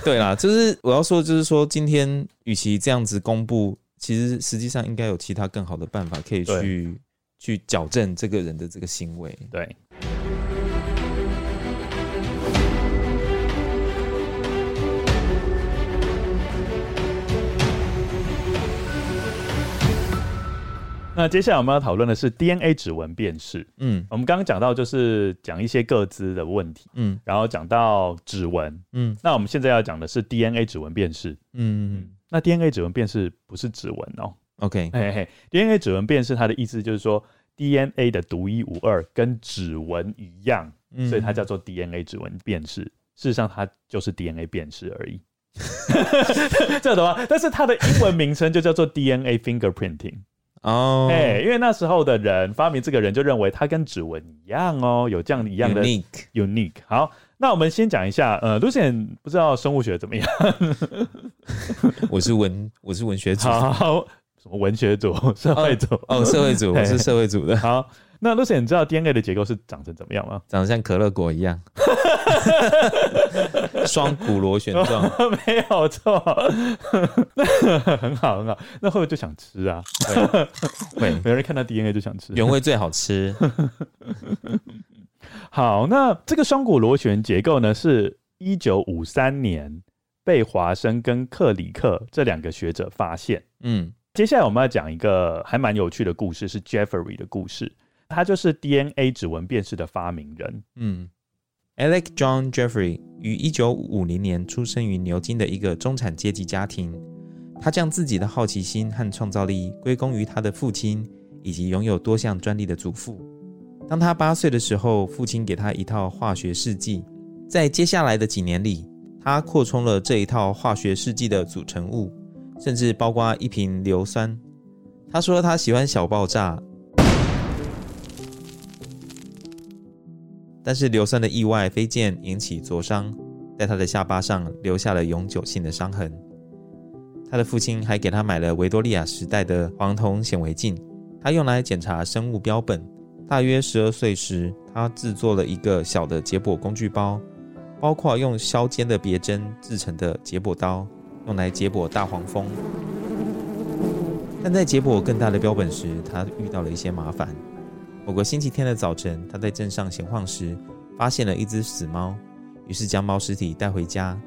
S2: 对啦，就是我要说，就是说，今天与其这样子公布，其实实际上应该有其他更好的办法可以
S1: 对
S2: 去去矫正这个人的这个行为。
S1: 对，那接下来我们要讨论的是 DNA 指纹辨识。
S2: 嗯
S1: 我们刚刚讲到就是讲一些各自的问题，
S2: 嗯
S1: 然后讲到指纹。
S2: 嗯
S1: 那我们现在要讲的是 DNA 指纹辨识。
S2: 嗯
S1: 嗯，那 DNA 指纹辨识不是指纹哦，
S2: ，OK，
S1: 嘿嘿，DNA 指纹辨识它的意思就是说 DNA 的独一无二，跟指纹一样，
S2: 嗯
S1: 所以它叫做 DNA 指纹辨识。事实上，它就是 DNA 辨识而已。 这懂吗？但是它的英文名称就叫做 DNA fingerprinting。
S2: 哦，
S1: 哎、因为那时候的人发明这个人就认为它跟指纹一样哦，有这样一
S2: 一
S1: 样的
S2: unique，
S1: unique。好，那我们先讲一下，呃，Lucian 不知道生物学怎么样？
S2: 我是文，我是文学组，
S1: 好，什么文学组、社会组？
S2: 哦，社会组，我是社会组的，
S1: 好，那 Lucy，你知道 DNA 的结构是长成怎么样吗？
S2: 长得像可乐果一样，双股螺旋状，
S1: 没有错， 那很好很好。那会不会就想吃啊？
S2: 对，会
S1: 没嗯有人看到 DNA 就想吃。
S2: 原味最好吃，
S1: 好，那这个双股螺旋结构呢，是一九五三年被华生跟克里克这两个学者发现。
S2: 嗯
S1: 接下来我们要讲一个还蛮有趣的故事，是 Jeffrey 的故事。他就是 DNA 指纹辨识的发明人。
S2: 嗯，Alec John Jeffrey 于一九五零年出生于牛津的一个中产阶级家庭。他将自己的好奇心和创造力归功于他的父亲以及拥有多项专利的祖父。当他八岁的时候，父亲给他一套化学试剂。在接下来的几年里，他扩充了这一套化学试剂的组成物，甚至包括一瓶硫酸。他说他喜欢小爆炸，但是硫酸的意外飞溅引起灼伤，在他的下巴上留下了永久性的伤痕。他的父亲还给他买了维多利亚时代的黄铜显微镜，他用来检查生物标本。大约十二岁时，他制作了一个小的解剖工具包，包括用削尖的别针制成的解剖刀，用来解剖大黄蜂。但在解剖更大的标本时，他遇到了一些麻烦。某个星期天的早晨，他在镇上闲晃时，发现了一只死猫，于是将猫尸体带回家。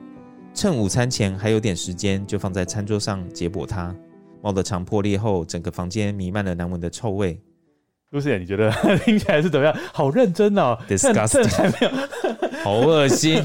S2: 趁午餐前还有点时间，就放在餐桌上解剖它。猫的肠破裂后，整个房间弥漫了难闻的臭味。
S1: Lucy，你觉得 听起来是怎么样？好认真哦，趁趁
S2: Disgusting
S1: 还没有
S2: 好恶心！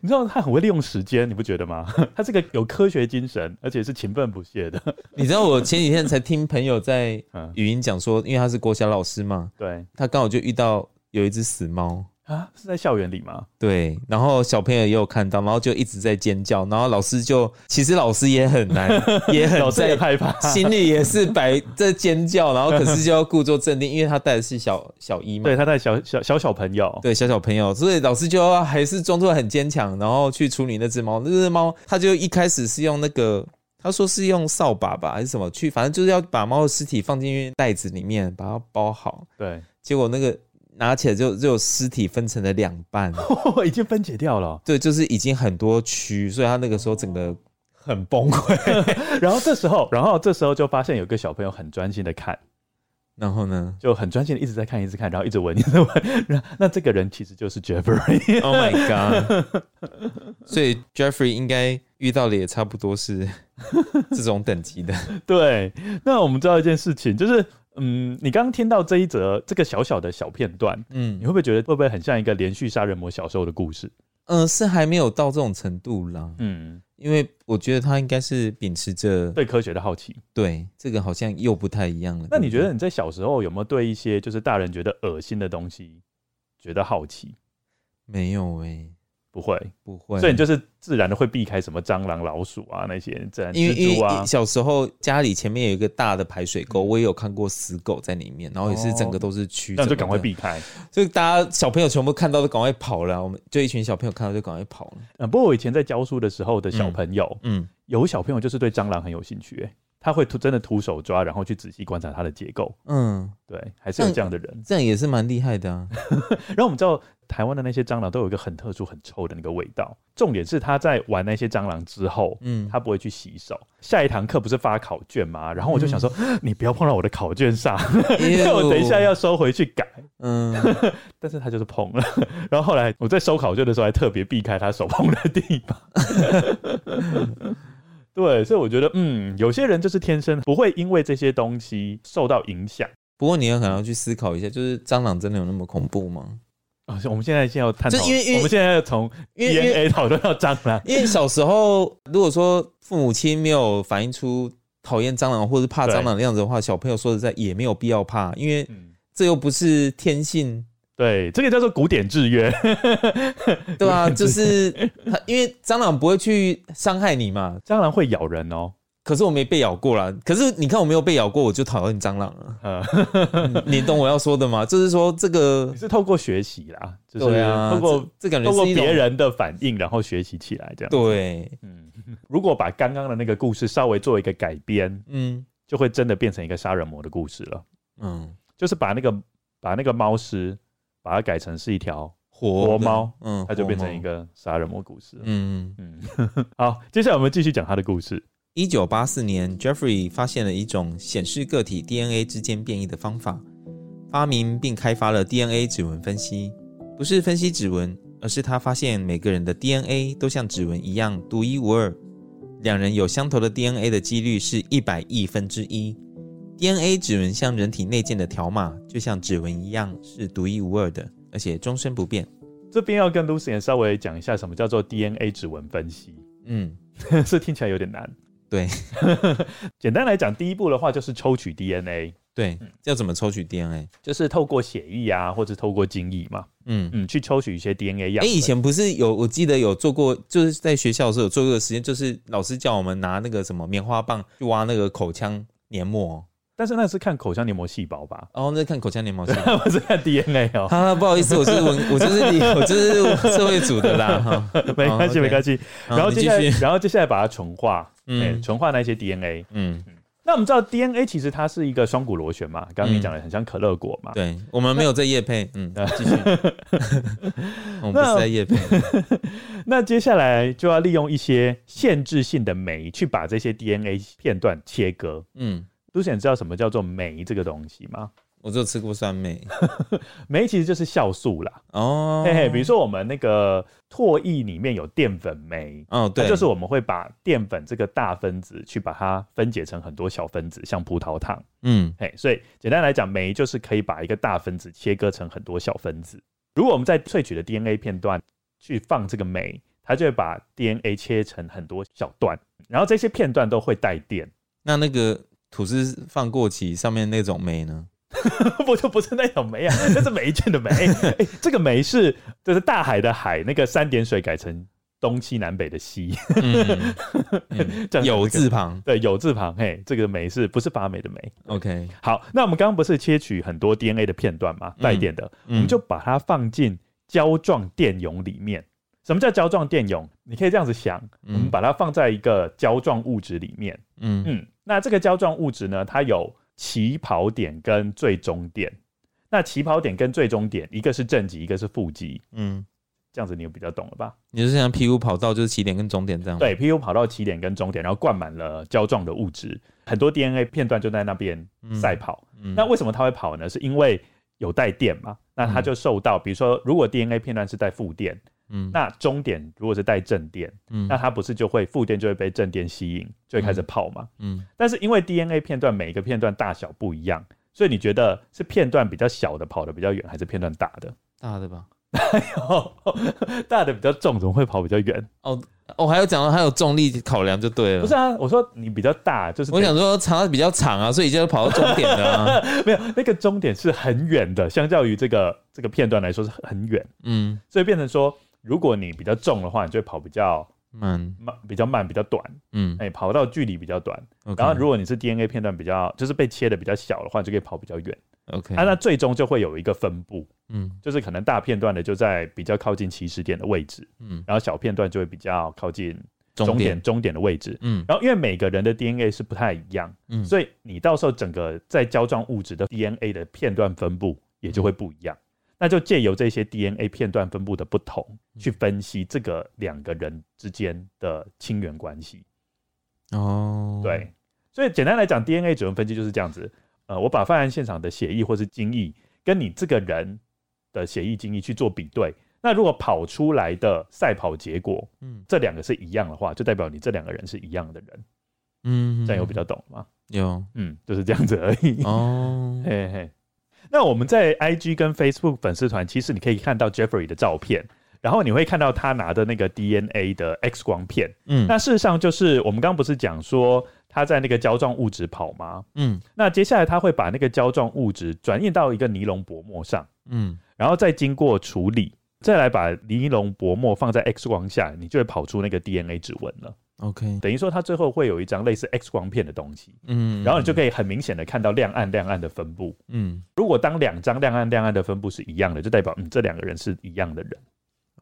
S1: 你知道他很会利用时间，你不觉得吗？ 他是个有科学精神，而且是勤奋不懈的。
S2: 你知道我前几天才听朋友在
S1: 嗯，
S2: 语音讲说，因为他是国小老师嘛，
S1: 对
S2: 他刚好就遇到有一只死猫。
S1: 啊，是在校园里吗？
S2: 对，然后小朋友也有看到，然后就一直在尖叫，然后老师就其实老师也很难，也很
S1: 老师也
S2: 在
S1: 害 怕。
S2: 心里也是摆在尖叫，然后可是就要故作镇定，因为他带的是小小一嘛，
S1: 对，他带小小小小朋友，
S2: 对小小朋友，所以老师就要还是装作很坚强，然后去处理那只猫。那只猫，他就一开始是用那个，他说是用扫把吧，还是什么去，反正就是要把猫的尸体放进袋子里面，把它包好。
S1: 对，
S2: 结果那个拿起来就就有尸体分成了两半，
S1: 哦已经分解掉了。
S2: 对，就是已经很多区，所以他那个时候整个很崩溃。
S1: 然后这时候，然后这时候就发现有个小朋友很专心的看，
S2: 然后呢
S1: 就很专心的一直在看，一直看，然后一直闻，一直闻。那那这个人其实就是 Jeffrey，
S2: ？Oh my god！所以 Jeffrey 应该遇到的也差不 多是这种等级的。
S1: 对，那我们知道一件事情，就是嗯，你刚刚听到这一则这个小小的小片段，
S2: 嗯
S1: 你会不会觉得会不会很像一个连续杀人魔小时候的故事？
S2: 嗯、呃，是还没有到这种程度啦，
S1: 嗯，
S2: 因为我觉得他应该是秉持着
S1: 对科学的好奇。
S2: 对这个好像又不太一样了。
S1: 那你
S2: 对
S1: 觉
S2: 不对
S1: 得你在小时候有没有对一些就是大人觉得恶心的东西觉得好奇？
S2: 没有哎、
S1: 不会，
S2: 不会，
S1: 所以你就是自然的会避开什么蟑螂、老鼠啊那些自然
S2: 因为因
S1: 蜘蛛
S2: 为
S1: 啊。
S2: 小时候家里前面有一个大的排水沟，我也有看过死狗在里面，然后也是整个都是
S1: 嗯
S2: 蛆，
S1: 哦那你就
S2: 整
S1: 赶
S2: 个
S1: 快
S2: 的，
S1: 避开。
S2: 所以大家小朋友全部看到都赶快跑了啊，我们就一群小朋友看到就赶快跑了。
S1: 嗯，不过我以前在教书的时候的小朋友，
S2: 嗯，
S1: 有小朋友就是对蟑螂很有兴趣、欸，他会徒真的徒手抓，然后去仔细观察它的结构。
S2: 嗯，
S1: 对，还是有这样的人。
S2: 这样也是蛮厉害 的啊。
S1: 然后我们知道台湾的那些蟑螂都有一个很特殊、很臭的那个味道。重点是他在玩那些蟑螂之后，
S2: 嗯，
S1: 他不会去洗手。下一堂课不是发考卷吗？然后我就想说，
S2: 嗯
S1: 啊你不要碰到我的考卷 上， 因为我等一下要收回去改。
S2: 嗯，
S1: 但是他就是碰了。 然后后来我在收考卷的时候，还特别避开他手碰的地方。 对，所以我觉得，嗯，有些人就是天生不会因为这些东西受到影响。
S2: 不过你也可能要去思考一下，就是蟑螂真的有那么恐怖吗？
S1: 啊，我们现在先要探讨，
S2: 就因为因为
S1: 我们现在要从
S2: 因为因为
S1: DNA 讨论到蟑 螂。
S2: 因为小时候如果说父母亲没有反映出讨厌蟑螂或是怕蟑螂的样子的话，小朋友说实在也没有必要怕，因为
S1: 嗯，
S2: 这又不是天性。
S1: 对，这个叫做古典制约。
S2: 对啊，就是它，因为蟑螂不会去伤害你嘛。
S1: 蟑螂会咬人哦，
S2: 可是我没被咬过啦。可是你看我没有被咬过，我就讨厌蟑 螂了。
S1: 呃，
S2: 嗯你懂我要说的吗？就是说这个
S1: 你，是透过学习啦，就是
S2: 对啊，
S1: 透过、
S2: 这这感觉
S1: 透过
S2: 是一种
S1: 别人的反应，然后学习起来这样。，
S2: 对，
S1: 嗯， 如果把刚刚的那个故事稍微做一个改编，
S2: 嗯
S1: 就会真的变成一个杀人魔的故事了，
S2: 嗯，
S1: 就是把那个把那个猫尸把它改成是一条，
S2: 活
S1: 活
S2: 的
S1: 猫，
S2: 嗯，
S1: 它就变成
S2: 活猫
S1: 一，个杀人魔故事了。
S2: 嗯。
S1: 嗯， 好，接下来我们继续讲他的故事。
S2: 一九八四年，Jeffrey 发现了一种显示个体 DNA 之间变异的方法，发明并开发了 DNA 指纹分析。不是分析指纹，而是他发现每个人的 DNA 都像指纹一样独一无二，两人有相同的 DNA 的几率是一百亿分之一。DNA 指纹像人体内建的条码，就像指纹一样是独一无二的，而且终身不变。
S1: 这边要跟 Lucian 稍微讲一下什么叫做 DNA 指纹分析。
S2: 嗯，
S1: 是听起来有点难。
S2: 对，
S1: 简单来讲，第一步的话就是抽取 DNA，
S2: 对，
S1: 嗯
S2: 要怎么抽取 DNA？
S1: 就是透过血液啊，或者透过精液嘛，
S2: 嗯，
S1: 嗯，去抽取一些 DNA 样
S2: 哎、
S1: 本。
S2: 以前不是有，我记得有做过，就是在学校的时候有做过的实验，就是老师叫我们拿那个什么棉花棒去挖那个口腔黏膜，
S1: 但是那是看口腔黏膜细胞吧，
S2: 然后那看口腔黏膜是吧。
S1: 不是看 DNA 哦。
S2: 哈、啊，不好意思，我是文，我就是理我就是社会组 的啦，哈。
S1: 没关系，
S2: 哦，OK
S1: 没关系。然后
S2: 你继
S1: 接下来
S2: 续，，
S1: 然后接下来把它纯化，嗯，
S2: 嗯
S1: 纯化那些 DNA。
S2: 嗯，
S1: 那我们知道 DNA 其实它是一个双股螺旋嘛，刚刚你讲的很像可乐果嘛。
S2: 嗯对，我们没有在夜配，嗯，继续，我们不
S1: 那
S2: 是在夜配，
S1: 那接下来就要利用一些限制性的酶去把这些 DNA 片段切割。
S2: 嗯，
S1: Lucian 知道什么叫做酶这个东西吗？
S2: 我只有吃过酸梅，
S1: 酶其实就是酵素啦，
S2: 哦，
S1: 嘿嘿，比如说我们那个唾液里面有淀粉酶，
S2: 哦，
S1: 那
S2: 对，
S1: 就是我们会把淀粉这个大分子去把它分解成很多小分子，像葡萄糖，
S2: 嗯，
S1: 嘿，所以简单来讲，酶就是可以把一个大分子切割成很多小分子。如果我们在萃取的 DNA 片段去放这个酶，它就会把 DNA 切成很多小段，然后这些片段都会带电，
S2: 那那个吐司放过期上面那种梅呢？
S1: 不就不是那种酶啊， 那是霉菌的霉。哎、这个霉是就是大海的海，那个三点水改成东西南北的西，
S2: 嗯，嗯
S1: 这样
S2: 有
S1: 这个
S2: 字旁
S1: 对有字旁，嘿，这个霉是不是发霉的霉？
S2: ，OK，
S1: 好，那我们刚刚不是切取很多 DNA 的片段嘛，
S2: 嗯
S1: 带电的，我
S2: 我
S1: 们就把它放进胶状电泳里面。什么叫胶状电泳？你可以这样子想，我
S2: 嗯
S1: 们把它放在一个胶状物质里面，
S2: 嗯
S1: 嗯，那这个胶状物质呢，它有起跑点跟最终点。那起跑点跟最终点，一个是正极，一个是负极。
S2: 嗯
S1: 这样子你就比较懂了吧？
S2: 你就是像 P U 跑道就是起点跟终点这样。，
S1: 对，PU 跑到起点跟终点，然后灌满了胶状的物质，很多 DNA 片段就在那边
S2: 嗯
S1: 赛跑。
S2: 嗯
S1: 那为什么它会跑呢？是因为有带电嘛？那它就受到，比如说，如果 DNA 片段是带负电，
S2: 嗯
S1: 那终点如果是带正电，
S2: 嗯
S1: 那它不是就会负电就会被正电吸引，就会开始跑嘛？
S2: 嗯
S1: 但是因为 DNA 片段每一个片段大小不一样，所以你觉得是片段比较小的跑得比较远，还是片段大的？
S2: 大的吧。
S1: 大的比较重，怎么会跑比较远？
S2: 哦，还有讲到还有重力考量就对 了。
S1: 不是啊，我说你比较大，就是
S2: 我想说长比较长啊，所以就跑到终点 的啊。
S1: 没有那个终点是很远的，相较于这个这个片段来说是很远，
S2: 嗯，
S1: 所以变成说，如果你比较重的话，你就会跑比较
S2: 慢，
S1: 慢、比较慢、比较短，
S2: 嗯
S1: 哎、跑到距离比较短。
S2: ，OK，
S1: 然后如果你是 DNA 片段比较就是被切的比较小的话，你就可以跑比较远。
S2: OK，
S1: 啊，那最终就会有一个分布，
S2: 嗯
S1: 就是可能大片段的就在比较靠近起始点的位置，
S2: 嗯，
S1: 然后小片段就会比较靠近
S2: 终点，
S1: 终点的位置。
S2: 嗯
S1: 然后，因为每个人的 DNA 是不太一样，
S2: 嗯，
S1: 所以你到时候整个在胶状物质的 DNA 的片段分布也就会不一样。那就借由这些 DNA 片段分布的不同，去分析这个两个人之间的亲缘关系。
S2: 哦，
S1: 对，所以简单来讲，DNA 指纹分析就是这样子。呃，我把犯案现场的血液或是精液跟你这个人的血液精液去做比对，那如果跑出来的赛跑结果，
S2: 嗯
S1: 这两个是一样的话，就代表你这两个人是一样的人，
S2: 嗯，
S1: 这样有比较懂吗？
S2: 有
S1: 嗯，就是这样子而已。
S2: 哦，
S1: 嘿嘿，那我们在 IG 跟 Facebook 粉丝团，其实你可以看到 Jeffrey 的照片，然后你会看到他拿的那个 DNA 的 X 光片。
S2: 嗯
S1: 那事实上就是我们刚刚不是讲说他在那个胶状物质跑吗？
S2: 嗯
S1: 那接下来他会把那个胶状物质转印到一个尼龙薄膜上，
S2: 嗯
S1: 然后再经过处理，再来把尼龙薄膜放在 X 光下，你就会跑出那个 DNA 指纹了。
S2: ，OK，
S1: 等于说他最后会有一张类似 X 光片的东西，
S2: 嗯，
S1: 然后你就可以很明显的看到亮暗亮暗的分布。
S2: 嗯
S1: 如果当两张亮暗亮暗的分布是一样的，就代表嗯这两个人是一样的人，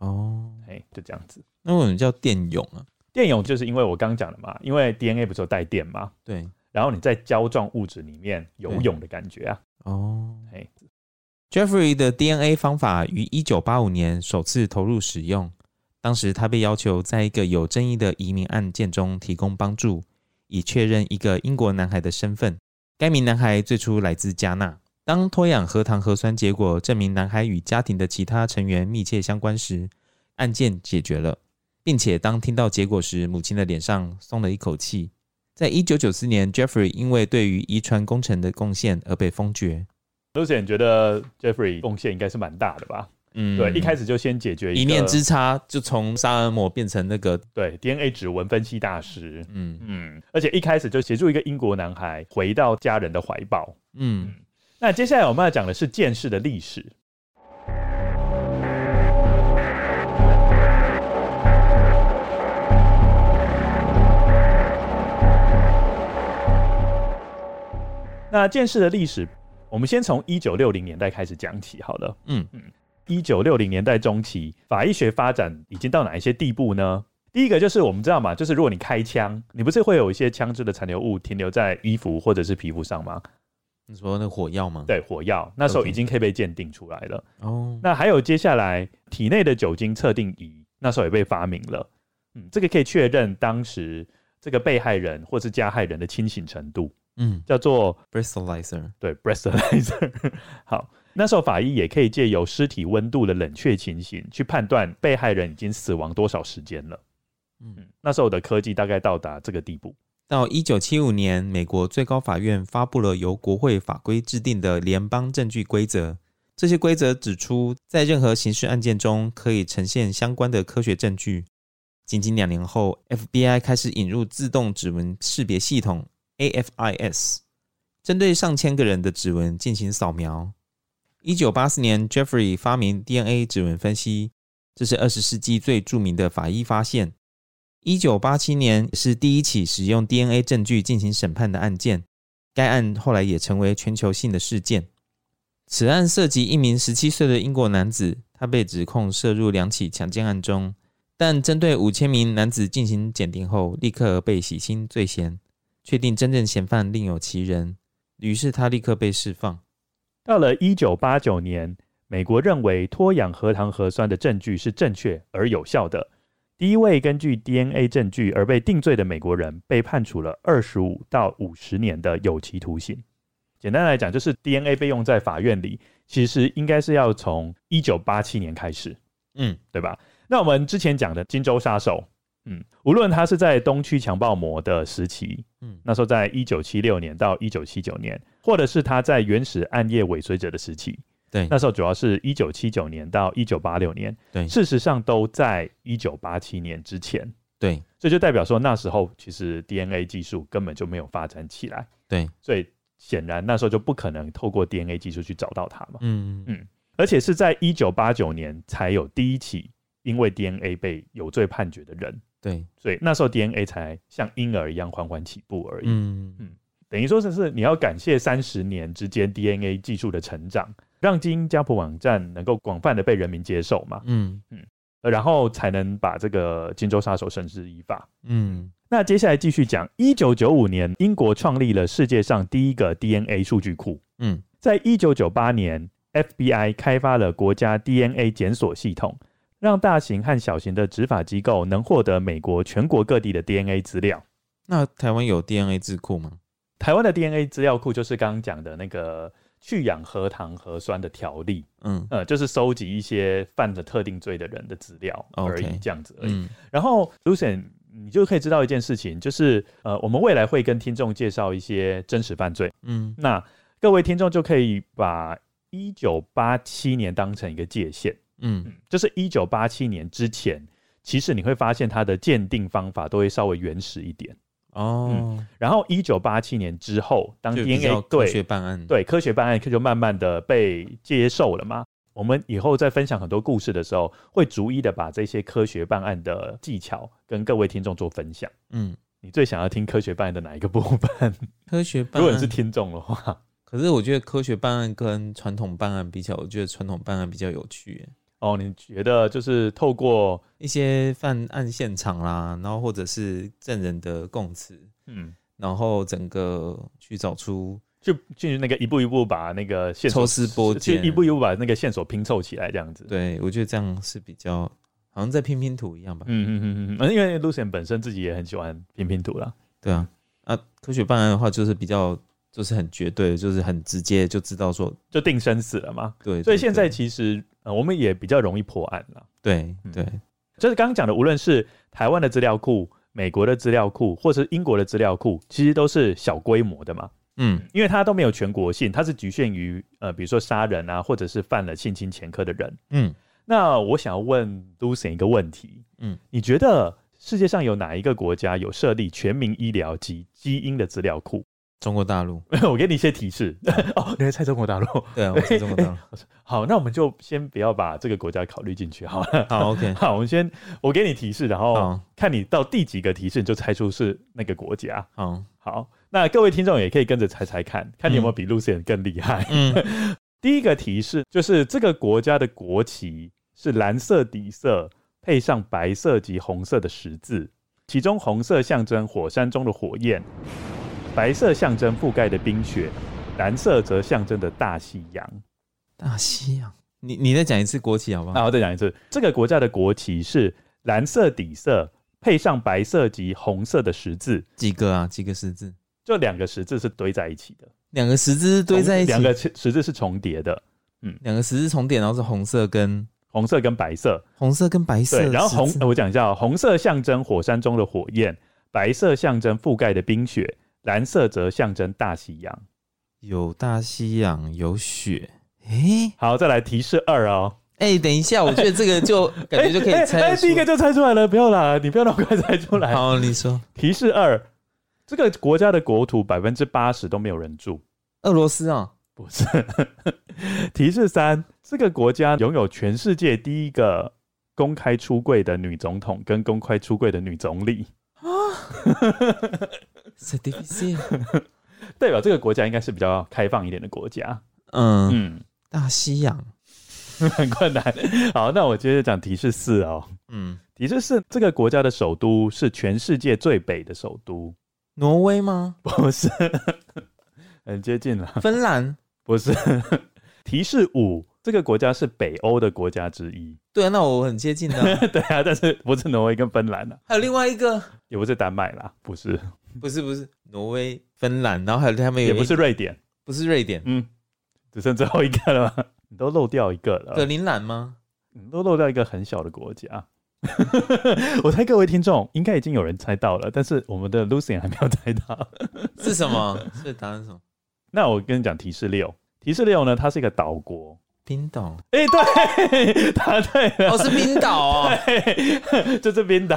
S2: 哦，
S1: 哎，就这样子。
S2: 那为什么叫电泳啊？
S1: 电泳就是因为我刚讲的嘛，因为 DNA 不是有带电嘛，
S2: 对，
S1: 然后你在胶状物质里面游泳的感觉啊，
S2: 哦
S1: 嘿
S2: ，Jeffrey 的 DNA 方法于一九八五年首次投入使用，当时他被要求在一个有争议的移民案件中提供帮助，以确认一个英国男孩的身份。该名男孩最初来自加纳。当脱氧核糖核酸结果证明男孩与家庭的其他成员密切相关时，案件解决了，并且当听到结果时，母亲的脸上松了一口气。在一九九四年，Jeffrey 因为对于遗传工程的贡献而被封爵。
S1: 而且你觉得 Jeffrey 贡献应该是蛮大的吧？
S2: 嗯
S1: 对，一开始就先解决
S2: 一
S1: 个
S2: 念之差就从杀人魔变成那个，
S1: 对 DNA 指纹分析大师，
S2: 嗯
S1: 嗯，而且一开始就协助一个英国男孩回到家人的怀抱。
S2: 嗯
S1: 那接下来我们要讲的是剑士的历史。那剑士的历史，我们先从一九六零年代开始讲起好了。
S2: 嗯
S1: 嗯，一九六零年代中期，法医学发展已经到哪一些地步呢？第一个就是我们知道嘛，就是如果你开枪，你不是会有一些枪支的残留物停留在衣服或者是皮肤上吗？
S2: 你说那个火药吗？，
S1: 对，火药那时候
S2: OK
S1: 已经可以被鉴定出来了。
S2: 哦，
S1: 那还有接下来体内的酒精测定仪，那时候也被发明了。嗯，这个可以确认当时这个被害人或是加害人的清醒程度，
S2: 嗯
S1: 叫做
S2: ，bristolizer，
S1: 对 breathalyzer。好， 那时候法医也可以借由尸体温度的冷却情形去判断被害人已经死亡多少时间了。嗯
S2: 嗯，，
S1: 那时候的科技大概到达这个地步。
S2: 到一九七五年，美国最高法院发布了由国会法规制定的联邦证据规则。这些规则指出，在任何刑事案件中可以呈现相关的科学证据。仅仅两年后，FBI 开始引入自动指纹识别系统 AFIS，针对上千个人的指纹进行扫描。一九八四年，Jeffrey 发明 DNA 指纹分析，这是二十世纪最著名的法医发现。一九八七年是第一起使用 DNA 证据进行审判的案件，该案后来也成为全球性的事件。此案涉及一名十七岁的英国男子，他被指控涉入两起强奸案中，但针对五千名男子进行检定后，立刻被洗清罪嫌，确定真正嫌犯另有其人，于是他立刻被释放。
S1: 到了一九八九年，美国认为脱氧核糖核酸的证据是正确而有效的。第一位根据 DNA 证据而被定罪的美国人被判处了二十五到五十年的有期徒刑。简单来讲，就是 DNA 被用在法院里，其实应该是要从一九八七年开始，
S2: 嗯，
S1: 对吧？那我们之前讲的金州杀手，嗯，无论他是在东区强暴魔的时期，
S2: 嗯
S1: 嗯，那时候在一九七六年到一九七九年，或者是他在原始暗夜尾随者的时期，
S2: 对
S1: 那时候主要是一九七九年到一九八六年，
S2: 对
S1: 事实上都在一九八七年之前，
S2: 对
S1: 这就代表说那时候其实 DNA 技术根本就没有发展起来，
S2: 对，
S1: 所以显然那时候就不可能透过 DNA 技术去找到它嘛。
S2: 嗯嗯
S1: 嗯而且是在一九八九年才有第一起因为 DNA 被有罪判决的人，
S2: 对，
S1: 所以那时候 DNA 才像婴儿一样缓缓起步而已。
S2: 嗯
S1: 等于说这是你要感谢三十年之间 DNA 技术的成长，让基因家谱网站能够广泛的被人民接受嘛，
S2: 嗯
S1: 然后才能把这个金州杀手绳之以法。
S2: 嗯
S1: 那接下来继续讲，一九九五年，英国创立了世界上第一个 DNA 数据库。
S2: 嗯
S1: 在一九九八年，FBI 开发了国家 DNA 检索系统，让大型和小型的执法机构能获得美国全国各地的 DNA 资料。
S2: 那台湾有 DNA 智库吗？
S1: 台湾的 DNA 资料库就是刚刚讲的那个去氧核糖核酸的条例，
S2: 嗯
S1: 呃，就是收集一些犯了特定罪的人的资料而
S2: OK
S1: 已，这样子而已。
S2: 嗯
S1: 然后 Lucian，你就可以知道一件事情，就是呃，我们未来会跟听众介绍一些真实犯罪，
S2: 嗯
S1: 那各位听众就可以把一九八七年当成一个界限，
S2: 嗯
S1: 嗯，就是一九八七年之前，其实你会发现它的鉴定方法都会稍微原始一点。
S2: 哦，
S1: 然后一九八七年之后，嗯当
S2: 就比
S1: DNA
S2: 较科学
S1: 对
S2: 办案，
S1: 对科学办案就慢慢的被接受了嘛。我们以后在分享很多故事的时候，会逐一的把这些科学办案的技巧跟各位听众做分享。
S2: 嗯，
S1: 你最想要听科学办案的哪一个部分？
S2: 科学办
S1: 如果你
S2: 案
S1: 是。听众的话，
S2: 可是我觉得科学办案跟传统办案比较，我觉得传统办案比较有趣耶，
S1: 哦，你觉得就是透过
S2: 一些犯案现场啦，然后或者是证人的供词，
S1: 嗯，
S2: 然后整个去找出，
S1: 就就是那个一步一步把那个线索
S2: 抽丝剥茧
S1: 去一步一步把那个线索拼凑起来，这样子。
S2: 对我觉得这样是比较好像在拼拼图一样吧？
S1: 嗯嗯，嗯嗯嗯嗯，因为 Lucian 本身自己也很喜欢拼拼图啦。
S2: 对啊，啊，科学办案的话就是比较就是很绝对，就是很直接就知道说
S1: 就定生死了嘛。
S2: 对，
S1: 所以
S2: 对
S1: 现在其实呃，我们也比较容易破案了。
S2: 对
S1: 嗯
S2: 对，
S1: 就是刚刚讲的，无论是台湾的资料库、美国的资料库，或是英国的资料库，其实都是小规模的嘛，
S2: 嗯
S1: 因为它都没有全国性，它是局限于呃，比如说杀人啊，或者是犯了性侵前科的人。
S2: 嗯，
S1: 那我想要问 Lucian 一个问题，
S2: 嗯
S1: 嗯，你觉得世界上有哪一个国家有设立全民医疗及基因的资料库？
S2: 中国大陆，
S1: 我给你一些提示 哦，你还猜中国大陆？
S2: 对啊，我是中国大
S1: 好，那我们就先不要把这个国家考虑进去好了。
S2: 陆， 好 OK，
S1: 好，我们先我给你提示，然后
S2: 好
S1: 看你到第几个提示，你就猜出是那个国家。
S2: 好，
S1: 好，那各位听众也可以跟着猜猜看，看你有没有比 Lucian 更厉害。
S2: 嗯
S1: 第一个提示就是这个国家的国旗是蓝色底色，配上白色及红色的十字，其中红色象征火山中的火焰，白色象征覆盖的冰雪，蓝色则象征着大西洋。
S2: 大西洋，你你再讲一次国旗好不好？
S1: 那我再讲一次，这个国家的国旗是蓝色底色，配上白色及红色的十字，
S2: 几个啊？几个十字？
S1: 就两个十字是堆在一起的，
S2: 两个十字堆在一起，
S1: 两个十字是重叠的，
S2: 两个十字重点，然后是红色跟
S1: 红色跟白色。
S2: 红色跟白色的
S1: 对，
S2: 十字，
S1: 然后红，呃我讲一下、哦，红色象征火山中的火焰，白色象征覆盖的冰雪，蓝色则象征大西洋。
S2: 有大西洋，有雪。诶
S1: 好，再来提示二哦，
S2: 诶，等一下，我觉得这个就感觉就可
S1: 哎
S2: 以猜
S1: 哎
S2: 得
S1: 哎
S2: 出
S1: 第一个就猜出来了，不要啦，你不要那么快猜出来。
S2: 好，你说
S1: 提示二，这个国家的国土百分之八十都没有人住。
S2: 俄罗斯啊、
S1: 不是。提示三：这个国家拥有全世界第一个公开出柜的女总统跟公开出柜的女总理，
S2: c e r t i f i c a
S1: 代表这个国家应该是比较开放一点的国家。
S2: 嗯，
S1: 嗯，
S2: 大西洋，
S1: 很困难。好，那我接着讲提示四哦。
S2: 嗯，
S1: 提示四：这个国家的首都是全世界最北的首都，
S2: 挪威吗？
S1: 不是？ 很接近了，
S2: 芬兰，
S1: 不是。提示五：这个国家是北欧的国家之一，
S2: 对啊，那我很接近的啊、
S1: 对啊，但是不是挪威跟芬兰啊，
S2: 还有另外一个，
S1: 也不是丹麦啦，不是，
S2: 不是不是挪威、芬兰，然后还有他们有
S1: 也
S2: 一
S1: 不是瑞典，
S2: 不是瑞典，
S1: 嗯，只剩最后一个了 吗？你都漏掉一个了，
S2: 格陵 兰吗？
S1: 你都漏掉一个很小的国家。 我猜各位听众应该已经有人猜到了，但是我们的 Lucian 还没有猜到。
S2: 是什么？是答案是什么？
S1: 那我跟你讲提示六，提示六呢，它是一个岛国。
S2: 冰岛
S1: 哎、对， 答对了，
S2: 哦，是冰岛哦。
S1: 对，就是冰岛，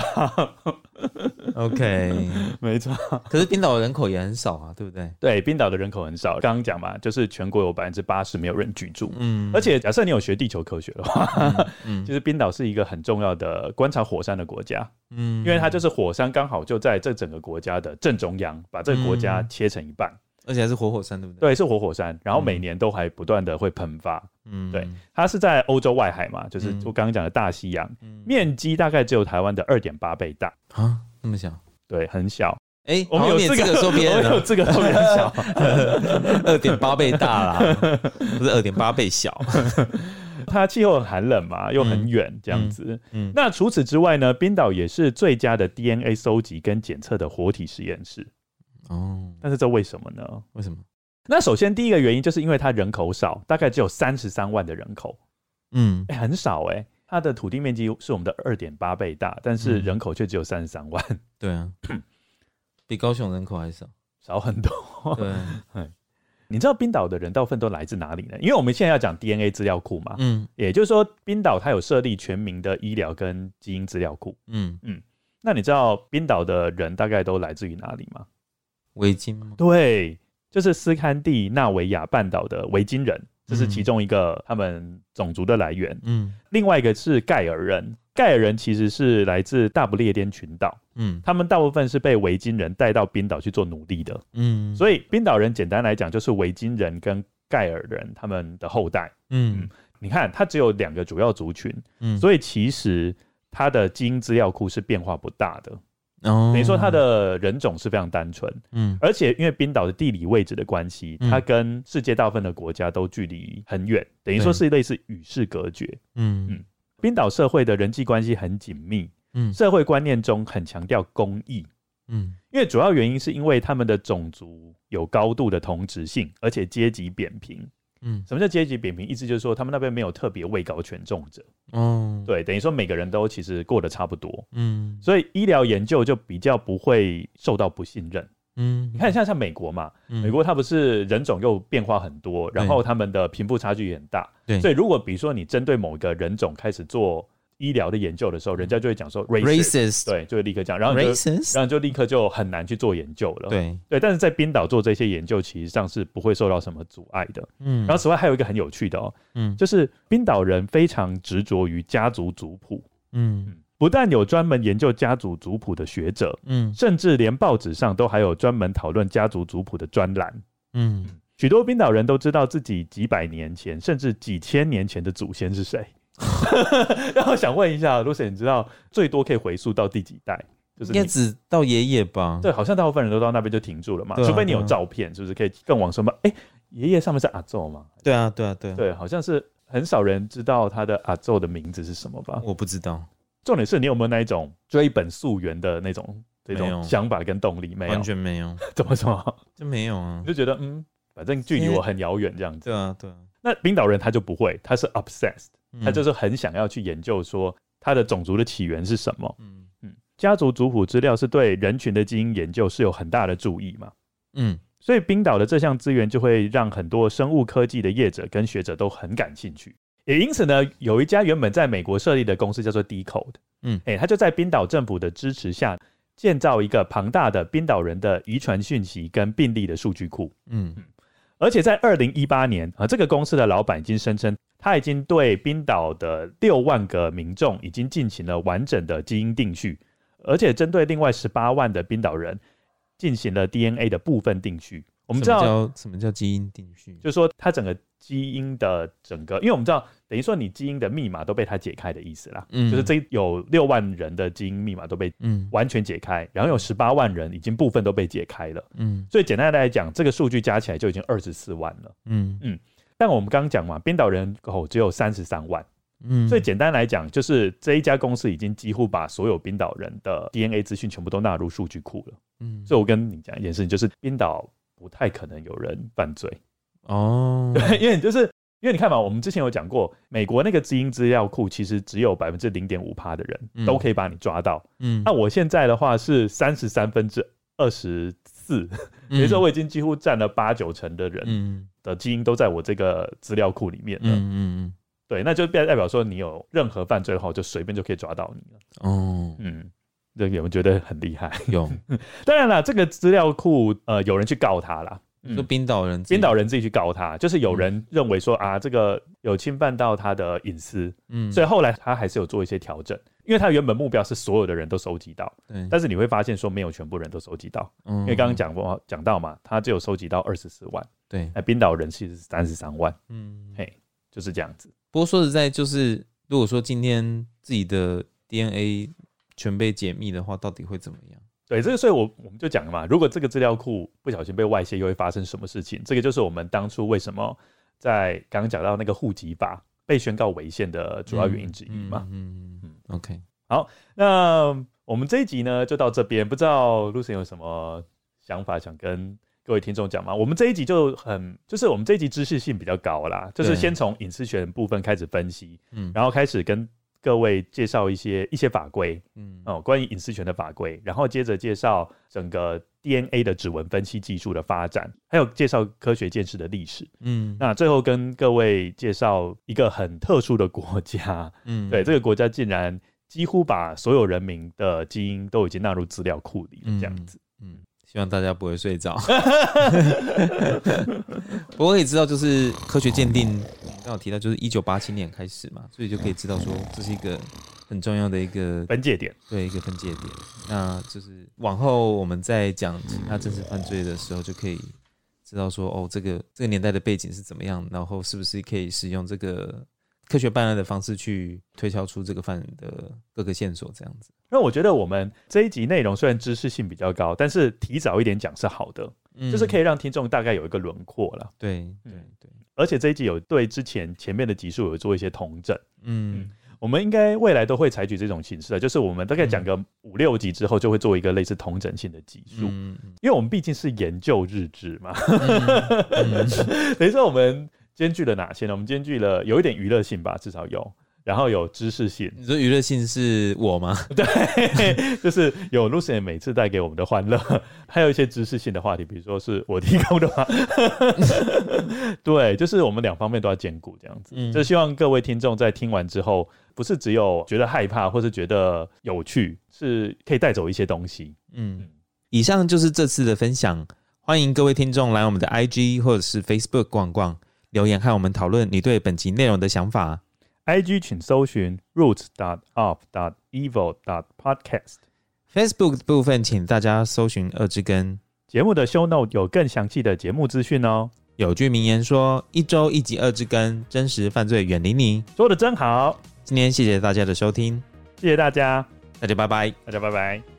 S2: OK，
S1: 没错。
S2: 可是冰岛人口也很少啊，对不对？
S1: 对，冰岛的人口很少，刚刚讲嘛，就是全国有百分之八十没有人居住。
S2: 嗯，
S1: 而且假设你有学地球科学的话，
S2: 嗯
S1: 其实冰岛是一个很重要的观察火山的国家，
S2: 嗯
S1: 因为它就是火山刚好就在这整个国家的正中央，把这个国家
S2: 嗯
S1: 切成一半。
S2: 而且还是活火山，对不对？
S1: 对，是活火山，然后每年都还不断的会喷发。
S2: 嗯
S1: 对，它是在欧洲外海嘛，就是
S2: 嗯
S1: 我刚刚讲的大西洋，
S2: 嗯
S1: 面积大概只有台湾的二点八倍大，
S2: 啊，那么小，
S1: 对，很小。
S2: 哎，
S1: 我们
S2: 好
S1: 有
S2: 像你
S1: 这个
S2: 也这个说别
S1: 我
S2: 人
S1: 们有
S2: 了，
S1: 这个特别 小。
S2: 二点八倍大 啦，不是二点八倍小，
S1: 它气候很寒冷嘛，又很远这样子。
S2: 嗯嗯
S1: 那除此之外呢，冰岛也是最佳的 DNA 搜集跟检测的活体实验室。
S2: 哦，
S1: 但是这为什么呢？
S2: 为什么？
S1: 那首先第一个原因就是因为它人口少，大概只有三十三万的人口，
S2: 嗯
S1: 诶很少哎、它的土地面积是我们的二点八倍大，但是
S2: 嗯
S1: 人口却只有三十三万，
S2: 对啊，比高雄人口还少。
S1: 少很多。
S2: 对，
S1: 你知道冰岛的人大部分都来自哪里呢？因为我们现在要讲 DNA 资料库嘛，
S2: 嗯
S1: 也就是说冰岛它有设立全民的医疗跟基因资料库。
S2: 嗯，
S1: 那你知道冰岛的人大概都来自于哪里吗？
S2: 围巾吗？
S1: 对，就是斯堪的纳维亚半岛的维京人，这是其中一个他们种族的来源。
S2: 嗯
S1: 另外一个是盖尔人，盖尔人其实是来自大不列颠群岛，
S2: 嗯
S1: 他们大部分是被维京人带到冰岛去做奴隶的，
S2: 嗯，以
S1: 所以冰岛人简单来讲就是维京人跟盖尔人他们的后代。
S2: 嗯
S1: 你看，它只有两个主要族群，
S2: 嗯，
S1: 所以其实它的基因资料库是变化不大的，
S2: 以等
S1: 等于说它的人种是非常单纯。
S2: 哦嗯
S1: 而且因为冰岛的地理位置的关系，
S2: 嗯
S1: 它跟世界大部分的国家都距离很远，等于
S2: 对
S1: 说是类似与世隔绝。
S2: 嗯
S1: 冰岛社会的人际关系很紧密，
S2: 嗯
S1: 社会观念中很强调公益，
S2: 嗯
S1: 因为主要原因是因为他们的种族有高度的同质性，而且阶级扁平。
S2: 嗯
S1: 什么叫阶级扁平？意思就是说他们那边没有特别位高权重者，
S2: 哦，
S1: 对，等于说每个人都其实过得差不多，
S2: 嗯
S1: 所以医疗研究就比较不会受到不信任。
S2: 嗯，
S1: 你看，像像美国嘛，美
S2: 美
S1: 国它不是人种又变化很多，然后他们的贫富差距也很大。
S2: 对
S1: 所以如果比如说你针对某一个人种开始做医疗的研究的时候，人家就会讲说 racist，
S2: 嗯 racist
S1: 对，就会立刻讲，然后你就
S2: racist
S1: 然后就立刻就很难去做研究了。
S2: 对，
S1: 对，但是在冰岛做这些研究，其实上是不会受到什么阻碍的。
S2: 嗯
S1: 然后此外还有一个很有趣的哦，
S2: 嗯
S1: 就是冰岛人非常执着于家族族谱，
S2: 嗯
S1: 不但有专门研究家族族谱的学者，
S2: 嗯
S1: 甚至连报纸上都还有专门讨论家族族谱的专栏。
S2: 嗯，
S1: 许多冰岛人都知道自己几百年前甚至几千年前的祖先是谁。然后想问一下，Lucy，你知道最多可以回溯到第几代？就是
S2: 应
S1: 你
S2: 该只到爷爷吧？
S1: 对，好像大部分人都到那边就停住了嘛，
S2: 对啊
S1: 除非你有
S2: 对啊
S1: 照片，是不是可以更往什么？哎、爷爷上面是阿昼吗？
S2: 对啊对啊对啊，
S1: 对，好像是很少人知道他的阿昼的名字是什么吧？
S2: 我不知道，
S1: 重点是你有没有那一种追本溯源的那种这
S2: 没
S1: 种
S2: 有
S1: 想法跟动力？没有
S2: 完，全没有，
S1: 怎么说？
S2: 就没有啊
S1: 你。就觉得嗯，反正距离我很遥远这样子。
S2: 对啊对啊，
S1: 那冰岛人他就不会，他是 obsessed，他
S2: 嗯
S1: 就是是很想要去研究说他的种族的起源是什么。
S2: 嗯
S1: 嗯，家族族谱资料是对人群的基因研究是有很大的注意嘛，
S2: 嗯
S1: 所以冰岛的这项资源就会让很多生物科技的业者跟学者都很感兴趣。也因此呢，有一家原本在美国设立的公司叫做 Decode，
S2: 嗯
S1: 哎、它就在冰岛政府的支持下，建造一个庞大的冰岛人的遗传讯息跟病例的数据库。
S2: 嗯
S1: 而且在二零一八年啊，这个公司的老板已经声称，他已经对冰岛的六万个民众已经进行了完整的基因定序，而且针对另外十八万的冰岛人进行了 DNA 的部分定序。我
S2: 我
S1: 们知道，
S2: 什么叫基因定序？
S1: 就是说他整个基因的整个，因为我们知道，等于说你基因的密码都被他解开的意思啦，
S2: 嗯
S1: 就是这有六万人的基因密码都被
S2: 嗯
S1: 完全解开，然后有十八万人已经部分都被解开了，
S2: 嗯
S1: 所以简单来讲，这个数据加起来就已经二十四万了。
S2: 嗯
S1: 但我们刚刚讲嘛，编导人口只有三十三万，
S2: 嗯
S1: 所以简单来讲，就是这一家公司已经几乎把所有编导人的 DNA 资讯全部都纳入数据库了。
S2: 嗯
S1: 所以我跟你讲一件事情，就是编导不太可能有人犯罪，
S2: 哦，
S1: 对， 因为就是因为你看嘛，我们之前有讲过，美国那个基因资料库其实只有百分之零点五趴的
S2: 嗯
S1: 人都可以把你抓到。
S2: 嗯
S1: 那我现在的话是三十三分之二十四， 也就是说我已经几乎占了八九成的人
S2: 嗯
S1: 的基因都在我这个资料库里面
S2: 嗯
S1: 了。
S2: 嗯
S1: 对，那就代代表说你有任何犯罪的话，我就随便就可以抓到你了。
S2: 嗯哦，
S1: 嗯，这有没有觉得很厉害？
S2: 有
S1: 当然了，这个资料库呃有人去告他啦。嗯
S2: 说嗯冰岛人自己，
S1: 编导人自己去告他，就是有人认为说啊，这个有侵犯到他的隐私，
S2: 嗯，
S1: 所以后来他还是有做一些调整，因为他原本目标是所有的人都收集到，
S2: 对，嗯
S1: 但是你会发现说没有全部人都收集到，
S2: 因
S1: 因为刚刚讲过哦讲到嘛，他只有收集到二十四万，
S2: 对，
S1: 那编导人其实是三十三万，
S2: 嗯
S1: 嘿就是这样子。
S2: 不过说实在，就是如果说今天自己的 DNA 全被解密的话，到底会怎么样？
S1: 对，这个所以我我们就讲了嘛，如果这个资料库不小心被外泄，又会发生什么事情？这个就是我们当初为什么在刚刚讲到那个户籍法被宣告违宪的主要原因之一嘛。
S2: 嗯嗯
S1: 嗯
S2: ，OK，
S1: 那我们这一集呢就到这边，不知道 Lucy 有什么想法想跟各位听众讲吗？我们这一集就很，就是我们这一集知识性比较高啦，就是
S2: 对
S1: 先从隐私权部分开始分析，
S2: 嗯
S1: 然后开始跟各位介绍一些一些法规
S2: 嗯
S1: 哦、关于隐私权的法规，然后接着介绍整个 DNA 的指纹分析技术的发展，还有介绍科学见识的历史。
S2: 嗯
S1: 那最后跟各位介绍一个很特殊的国家，
S2: 嗯
S1: 对，这个国家竟然几乎把所有人民的基因都已经纳入资料库里了，这样子。
S2: 嗯，希望大家不会睡着。 不过可以知道，就是科学鉴定，我们刚刚有提到，就是一九八七年开始嘛，所以就可以知道说这是一个很重要的一个
S1: 分界点，
S2: 对一个分界点。那就是往后我们在讲其他真实犯罪的时候，就可以知道说哦，这个这个年代的背景是怎么样，然后是不是可以使用这个科学办案的方式去推敲出这个犯人的各个线索，这样子。
S1: 那我觉得我们这一集内容虽然知识性比较高，但是提早一点讲是好的，
S2: 嗯
S1: 就是可以让听众大概有一个轮廓了。
S2: 对对
S1: 嗯
S2: 对，
S1: 而且这一集有对之前前面的集数有做一些同整，
S2: 嗯
S1: 我们应该未来都会采取这种形式的，啊就是我们大概
S2: 嗯
S1: 讲个五六集之后，就会做一个类似同整性的集数，
S2: 嗯嗯
S1: 因为我们毕竟是研究日志嘛，
S2: 嗯
S1: 等于说我们兼具了哪些呢？我们兼具了有一点娱乐性吧，至少有，然后有知识性，
S2: 你说娱乐性是我吗？
S1: 就是有 Lucian 每次带给我们的欢乐， 还有一些知识性的话题，比如说是我提供的话， 对，就是我们两方面都要兼顾这样子。
S2: 嗯
S1: 就希望各位听众在听完之后，不是只有觉得害怕，或是觉得有趣，是可以带走一些东西。
S2: 嗯，以上就是这次的分享，欢迎各位听众来我们的 IG 或者是 Facebook 逛逛，留言和我们讨论你对本集内容的想法。
S1: IG 请搜寻 roots dot of dot evil dot podcast。
S2: Facebook 的部分，请大家搜寻二之根。
S1: 节目的 show note 有更详细的节目资讯哦。
S2: 有句名言说：“一周一集二之根，真实犯罪远离你。
S1: 说的真好，”
S2: 今天谢谢大家的收听，
S1: 谢谢大家，
S2: 大家拜拜。
S1: 大家拜拜。